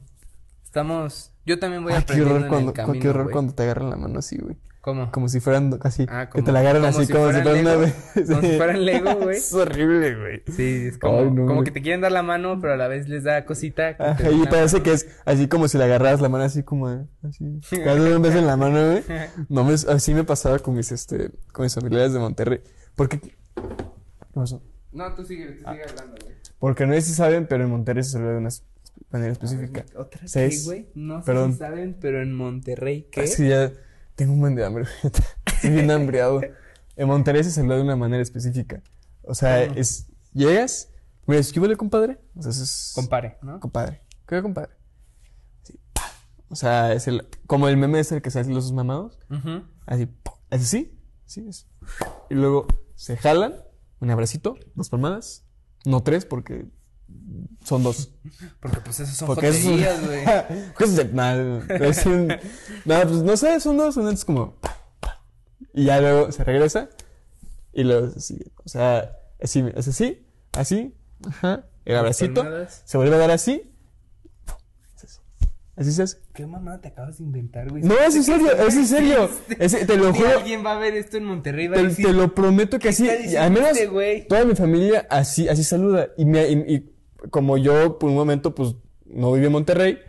Speaker 2: Estamos. Yo también voy
Speaker 3: Ay, qué
Speaker 2: aprendiendo
Speaker 3: horror,
Speaker 2: en
Speaker 3: cuando,
Speaker 2: el camino,
Speaker 3: qué horror
Speaker 2: güey.
Speaker 3: cuando te agarran la mano así, güey.
Speaker 2: ¿Cómo?
Speaker 3: Como si fueran así.
Speaker 2: Ah,
Speaker 3: que te
Speaker 2: como-
Speaker 3: la agarran
Speaker 2: como
Speaker 3: así
Speaker 2: si
Speaker 3: como si
Speaker 2: fueran
Speaker 3: fueran una
Speaker 2: Lego, como si
Speaker 3: Sí.
Speaker 2: fueran Lego, güey.
Speaker 3: Es horrible, güey.
Speaker 2: Sí, es como,
Speaker 3: Ay, no,
Speaker 2: como
Speaker 3: güey.
Speaker 2: que te quieren dar la mano, pero a la vez les da cosita. que te
Speaker 3: Ajá,
Speaker 2: den
Speaker 3: y
Speaker 2: la
Speaker 3: parece
Speaker 2: mano.
Speaker 3: que es así como si le agarraras la mano así como eh, así. Cada vez un beso en la mano, güey. No me, así me pasaba con mis este con mis familiares de Monterrey. Porque ¿Qué pasó?
Speaker 2: No, tú sigue, tú
Speaker 3: Ah,
Speaker 2: sigue hablando, güey.
Speaker 3: Porque no sé si saben, pero en Monterrey se celebra de una manera específica.
Speaker 2: ¿Otra
Speaker 3: Sí,
Speaker 2: qué,
Speaker 3: es-
Speaker 2: güey? No sé
Speaker 3: perdón.
Speaker 2: si saben, pero en Monterrey, ¿qué?
Speaker 3: Es que ya tengo un buen de hambre. güey. Estoy bien hambreado. En Monterrey se celebra de una manera específica. O sea,
Speaker 2: ¿Cómo?
Speaker 3: es... Llegas... Mira, ¿qué huele, compadre? O sea, eso es...
Speaker 2: Compare, ¿no?
Speaker 3: Compadre. ¿Qué huele, compadre? Así, pa. O sea, es el... Como el meme es el que se hace los mamados.
Speaker 2: Ujú.
Speaker 3: Así, pa. Así, sí. Sí, es. Y luego se jalan. Un abracito. Dos palmadas. No tres, porque... Son dos.
Speaker 2: Porque pues esos son
Speaker 3: Porque es un-
Speaker 2: joterías, güey.
Speaker 3: Porque es de- nada, es un- nada, pues no sé, son dos, son es como. pa, pa. Y ya luego se regresa y luego se sigue. O sea, así, es así, así, ajá, el abracito,
Speaker 2: palmadas.
Speaker 3: se vuelve a dar así. es así. Así se hace.
Speaker 2: ¿Qué mamada te acabas de inventar, güey?
Speaker 3: No, es en serio, es en serio. es- te lo
Speaker 2: Si
Speaker 3: juro,
Speaker 2: alguien va a ver esto en Monterrey, va a
Speaker 3: te,
Speaker 2: decir...
Speaker 3: te lo prometo que así.
Speaker 2: está diciendo
Speaker 3: Al menos
Speaker 2: este güey?
Speaker 3: toda mi familia así, así saluda. Y, me- y- y como yo por un momento, pues, no vivía en Monterrey,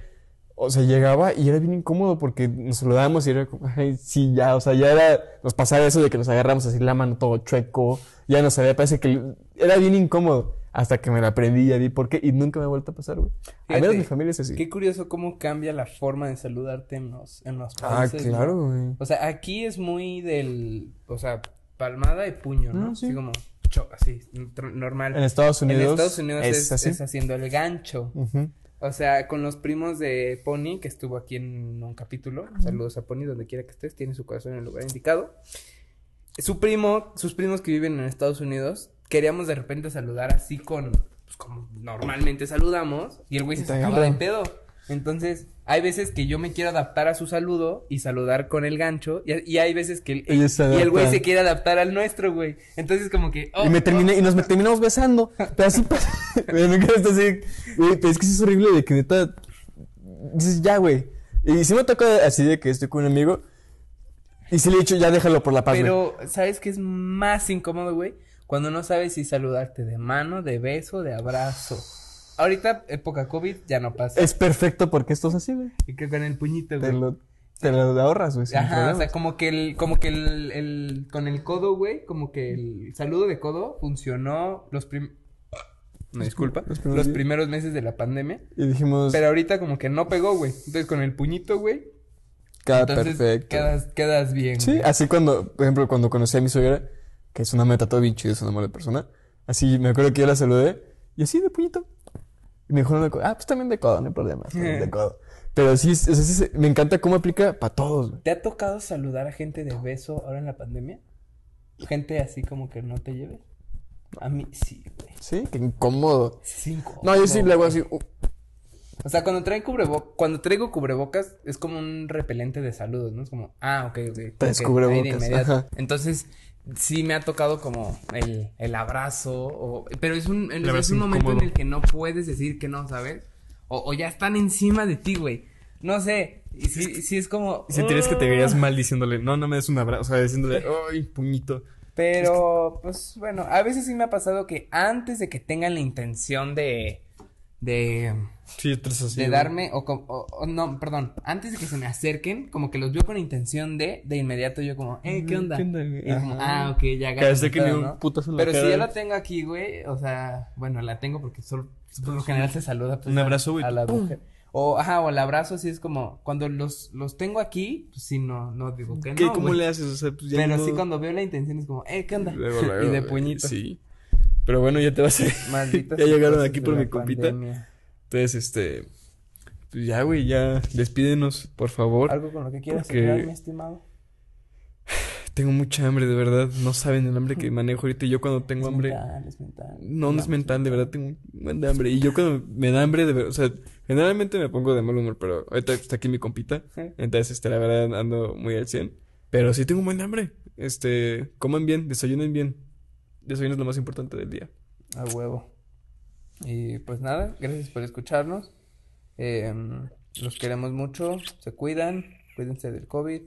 Speaker 3: o sea, llegaba y era bien incómodo porque nos saludábamos y era como, ay, sí, ya, o sea, ya era, nos pasaba eso de que nos agarramos así la mano todo chueco, ya no sabía, parece que era bien incómodo. Hasta que me la aprendí y ya vi por qué y nunca me ha vuelto a pasar, güey. Al menos
Speaker 2: Fíjate,
Speaker 3: mi familia es así.
Speaker 2: Qué curioso cómo cambia la forma de saludarte en los, en los
Speaker 3: Ah,
Speaker 2: países, ¿no?
Speaker 3: claro, güey.
Speaker 2: O sea, aquí es muy del, o sea, palmada y puño, ¿no?
Speaker 3: Ah, sí.
Speaker 2: Así como, cho- así, tr- normal.
Speaker 3: En Estados
Speaker 2: En
Speaker 3: Unidos,
Speaker 2: Estados Unidos es,
Speaker 3: así.
Speaker 2: es haciendo el gancho.
Speaker 3: Ujú.
Speaker 2: O sea, con los primos de Pony, que estuvo aquí en un capítulo. Saludos a Pony, donde quiera que estés, tiene su corazón en el lugar indicado. Su primo, sus primos que viven en Estados Unidos, queríamos de repente saludar así con, pues como normalmente saludamos, y el güey se
Speaker 3: Y te
Speaker 2: sacaba de
Speaker 3: agarran.
Speaker 2: pedo. Entonces, hay veces que yo me quiero adaptar a su saludo y saludar con el gancho, y, y hay veces que el,
Speaker 3: Ellos se
Speaker 2: y el güey
Speaker 3: adaptan.
Speaker 2: se quiere adaptar al nuestro, güey. Entonces, como que. oh,
Speaker 3: Y me
Speaker 2: oh,
Speaker 3: terminé, y nos me terminamos besando. Pero así pasa. Pero nunca está así. Güey, pero es que sí es horrible de que neta. Dices, ya, güey. Y si me toca así de que estoy con un amigo. Y si le he dicho, ya déjalo por la paz, güey.
Speaker 2: Pero, ¿sabes qué es más incómodo, güey? Cuando no sabes si saludarte de mano, de beso, de abrazo. Ahorita, época COVID, ya no pasa.
Speaker 3: Es perfecto porque esto es así, güey.
Speaker 2: Y que con el puñito,
Speaker 3: Te
Speaker 2: güey.
Speaker 3: lo, te lo ahorras, güey. sin
Speaker 2: Ajá, o
Speaker 3: problemas.
Speaker 2: sea, como que el, como que el, el- con el codo, güey, como que el saludo de codo funcionó los prim... Me disculpa,
Speaker 3: los
Speaker 2: los
Speaker 3: primeros
Speaker 2: primeros,
Speaker 3: días.
Speaker 2: meses de la pandemia.
Speaker 3: Y dijimos,
Speaker 2: Pero ahorita como que no pegó, güey. Entonces con el puñito, güey.
Speaker 3: queda
Speaker 2: entonces
Speaker 3: Ah, perfecto.
Speaker 2: Quedas, quedas bien.
Speaker 3: Sí,
Speaker 2: güey.
Speaker 3: así cuando, por ejemplo, cuando conocí a mi suegra, que es una meta todo bien chida, es un amor de persona, así me acuerdo que yo la saludé y así de puñito. Y me dijo, no, de codo. ah, pues también de codo, no hay problema, también de codo. Pero sí, es- o sea, sí se- me encanta cómo aplica para todos, güey.
Speaker 2: ¿Te ha tocado saludar a gente de beso ahora en la pandemia? Gente así como que no te lleve. A mí sí, güey.
Speaker 3: Sí, qué incómodo.
Speaker 2: Cinco.
Speaker 3: No, yo sí le hago así, uh,
Speaker 2: O sea, cuando traen cubrebo- cuando traigo cubrebocas, es como un repelente de saludos, ¿no? Es como, ah, ok, ok.
Speaker 3: Traes
Speaker 2: ok, ahí de
Speaker 3: cubrebocas,
Speaker 2: inmediato.
Speaker 3: ajá.
Speaker 2: Entonces, sí me ha tocado como el, el abrazo, o- pero es un, es
Speaker 3: abrazo
Speaker 2: un momento
Speaker 3: incómodo.
Speaker 2: en el que no puedes decir que no, ¿sabes? O, o ya están encima de ti, güey. No sé, y sí, sí es como...
Speaker 3: Sentirías que te
Speaker 2: "Ah".
Speaker 3: verías mal diciéndole, no, no me des un abrazo, o sea, diciéndole, ay, puñito.
Speaker 2: Pero, pues bueno, a veces sí me ha pasado que antes de que tengan la intención de. de.
Speaker 3: Sí, tres así.
Speaker 2: de
Speaker 3: güey.
Speaker 2: darme, o, com- o- o no, perdón, antes de que se me acerquen, como que los veo con intención de, de inmediato yo como, eh, ¿qué
Speaker 3: Mm,
Speaker 2: onda?
Speaker 3: ¿qué onda, güey?
Speaker 2: Y es como,
Speaker 3: Ajá.
Speaker 2: ah, ok, ya
Speaker 3: Que hace
Speaker 2: el
Speaker 3: que ni
Speaker 2: pedo,
Speaker 3: un
Speaker 2: ¿no?
Speaker 3: putazo en la
Speaker 2: Pero si
Speaker 3: cara.
Speaker 2: ya la tengo aquí, güey, o sea, bueno, la tengo porque solo, por lo general se saluda. pues,
Speaker 3: Un
Speaker 2: a-
Speaker 3: abrazo, güey,
Speaker 2: A la mujer. O, ajá, o el abrazo, sí es como, cuando los, los tengo aquí, pues sí, no, no digo que
Speaker 3: ¿Qué,
Speaker 2: no,
Speaker 3: ¿Cómo
Speaker 2: güey.
Speaker 3: le haces? O sea, pues ya
Speaker 2: Pero
Speaker 3: no-
Speaker 2: sí cuando veo la intención es como, eh, ¿qué onda?
Speaker 3: Luego, luego,
Speaker 2: y de
Speaker 3: güey,
Speaker 2: puñito.
Speaker 3: Sí. Pero bueno, ya te vas a ir.
Speaker 2: Malditas
Speaker 3: Ya llegaron
Speaker 2: cosas
Speaker 3: aquí
Speaker 2: de
Speaker 3: por
Speaker 2: la
Speaker 3: mi compita.
Speaker 2: pandemia.
Speaker 3: Entonces, este. Pues ya, güey, ya. Despídenos, por favor.
Speaker 2: Algo con lo que quieras
Speaker 3: Porque-
Speaker 2: cerrar, mi estimado.
Speaker 3: Tengo mucha hambre, de verdad. No saben el hambre que manejo ahorita. Yo cuando tengo
Speaker 2: Es
Speaker 3: hambre.
Speaker 2: mental, es mental.
Speaker 3: No, no es mental, de verdad tengo un buen de hambre. Y yo cuando me da hambre, de verdad. O sea, generalmente me pongo de mal humor, pero ahorita está aquí mi compita.
Speaker 2: Sí.
Speaker 3: Entonces, este, la verdad ando muy al 100. Pero sí tengo un buen de hambre. Este, coman bien, desayunen bien. Desayuno es lo más importante del día.
Speaker 2: A huevo. Y pues nada, gracias por escucharnos. Eh, los queremos mucho. Se cuidan. Cuídense del COVID.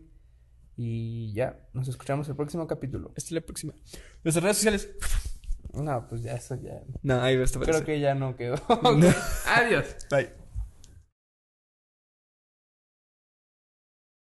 Speaker 2: Y ya, nos escuchamos el próximo capítulo.
Speaker 3: Hasta la próxima. Nuestras redes sociales.
Speaker 2: No, pues ya eso ya.
Speaker 3: No, ahí va a estar.
Speaker 2: Creo que ya no quedó. Adiós.
Speaker 3: Bye.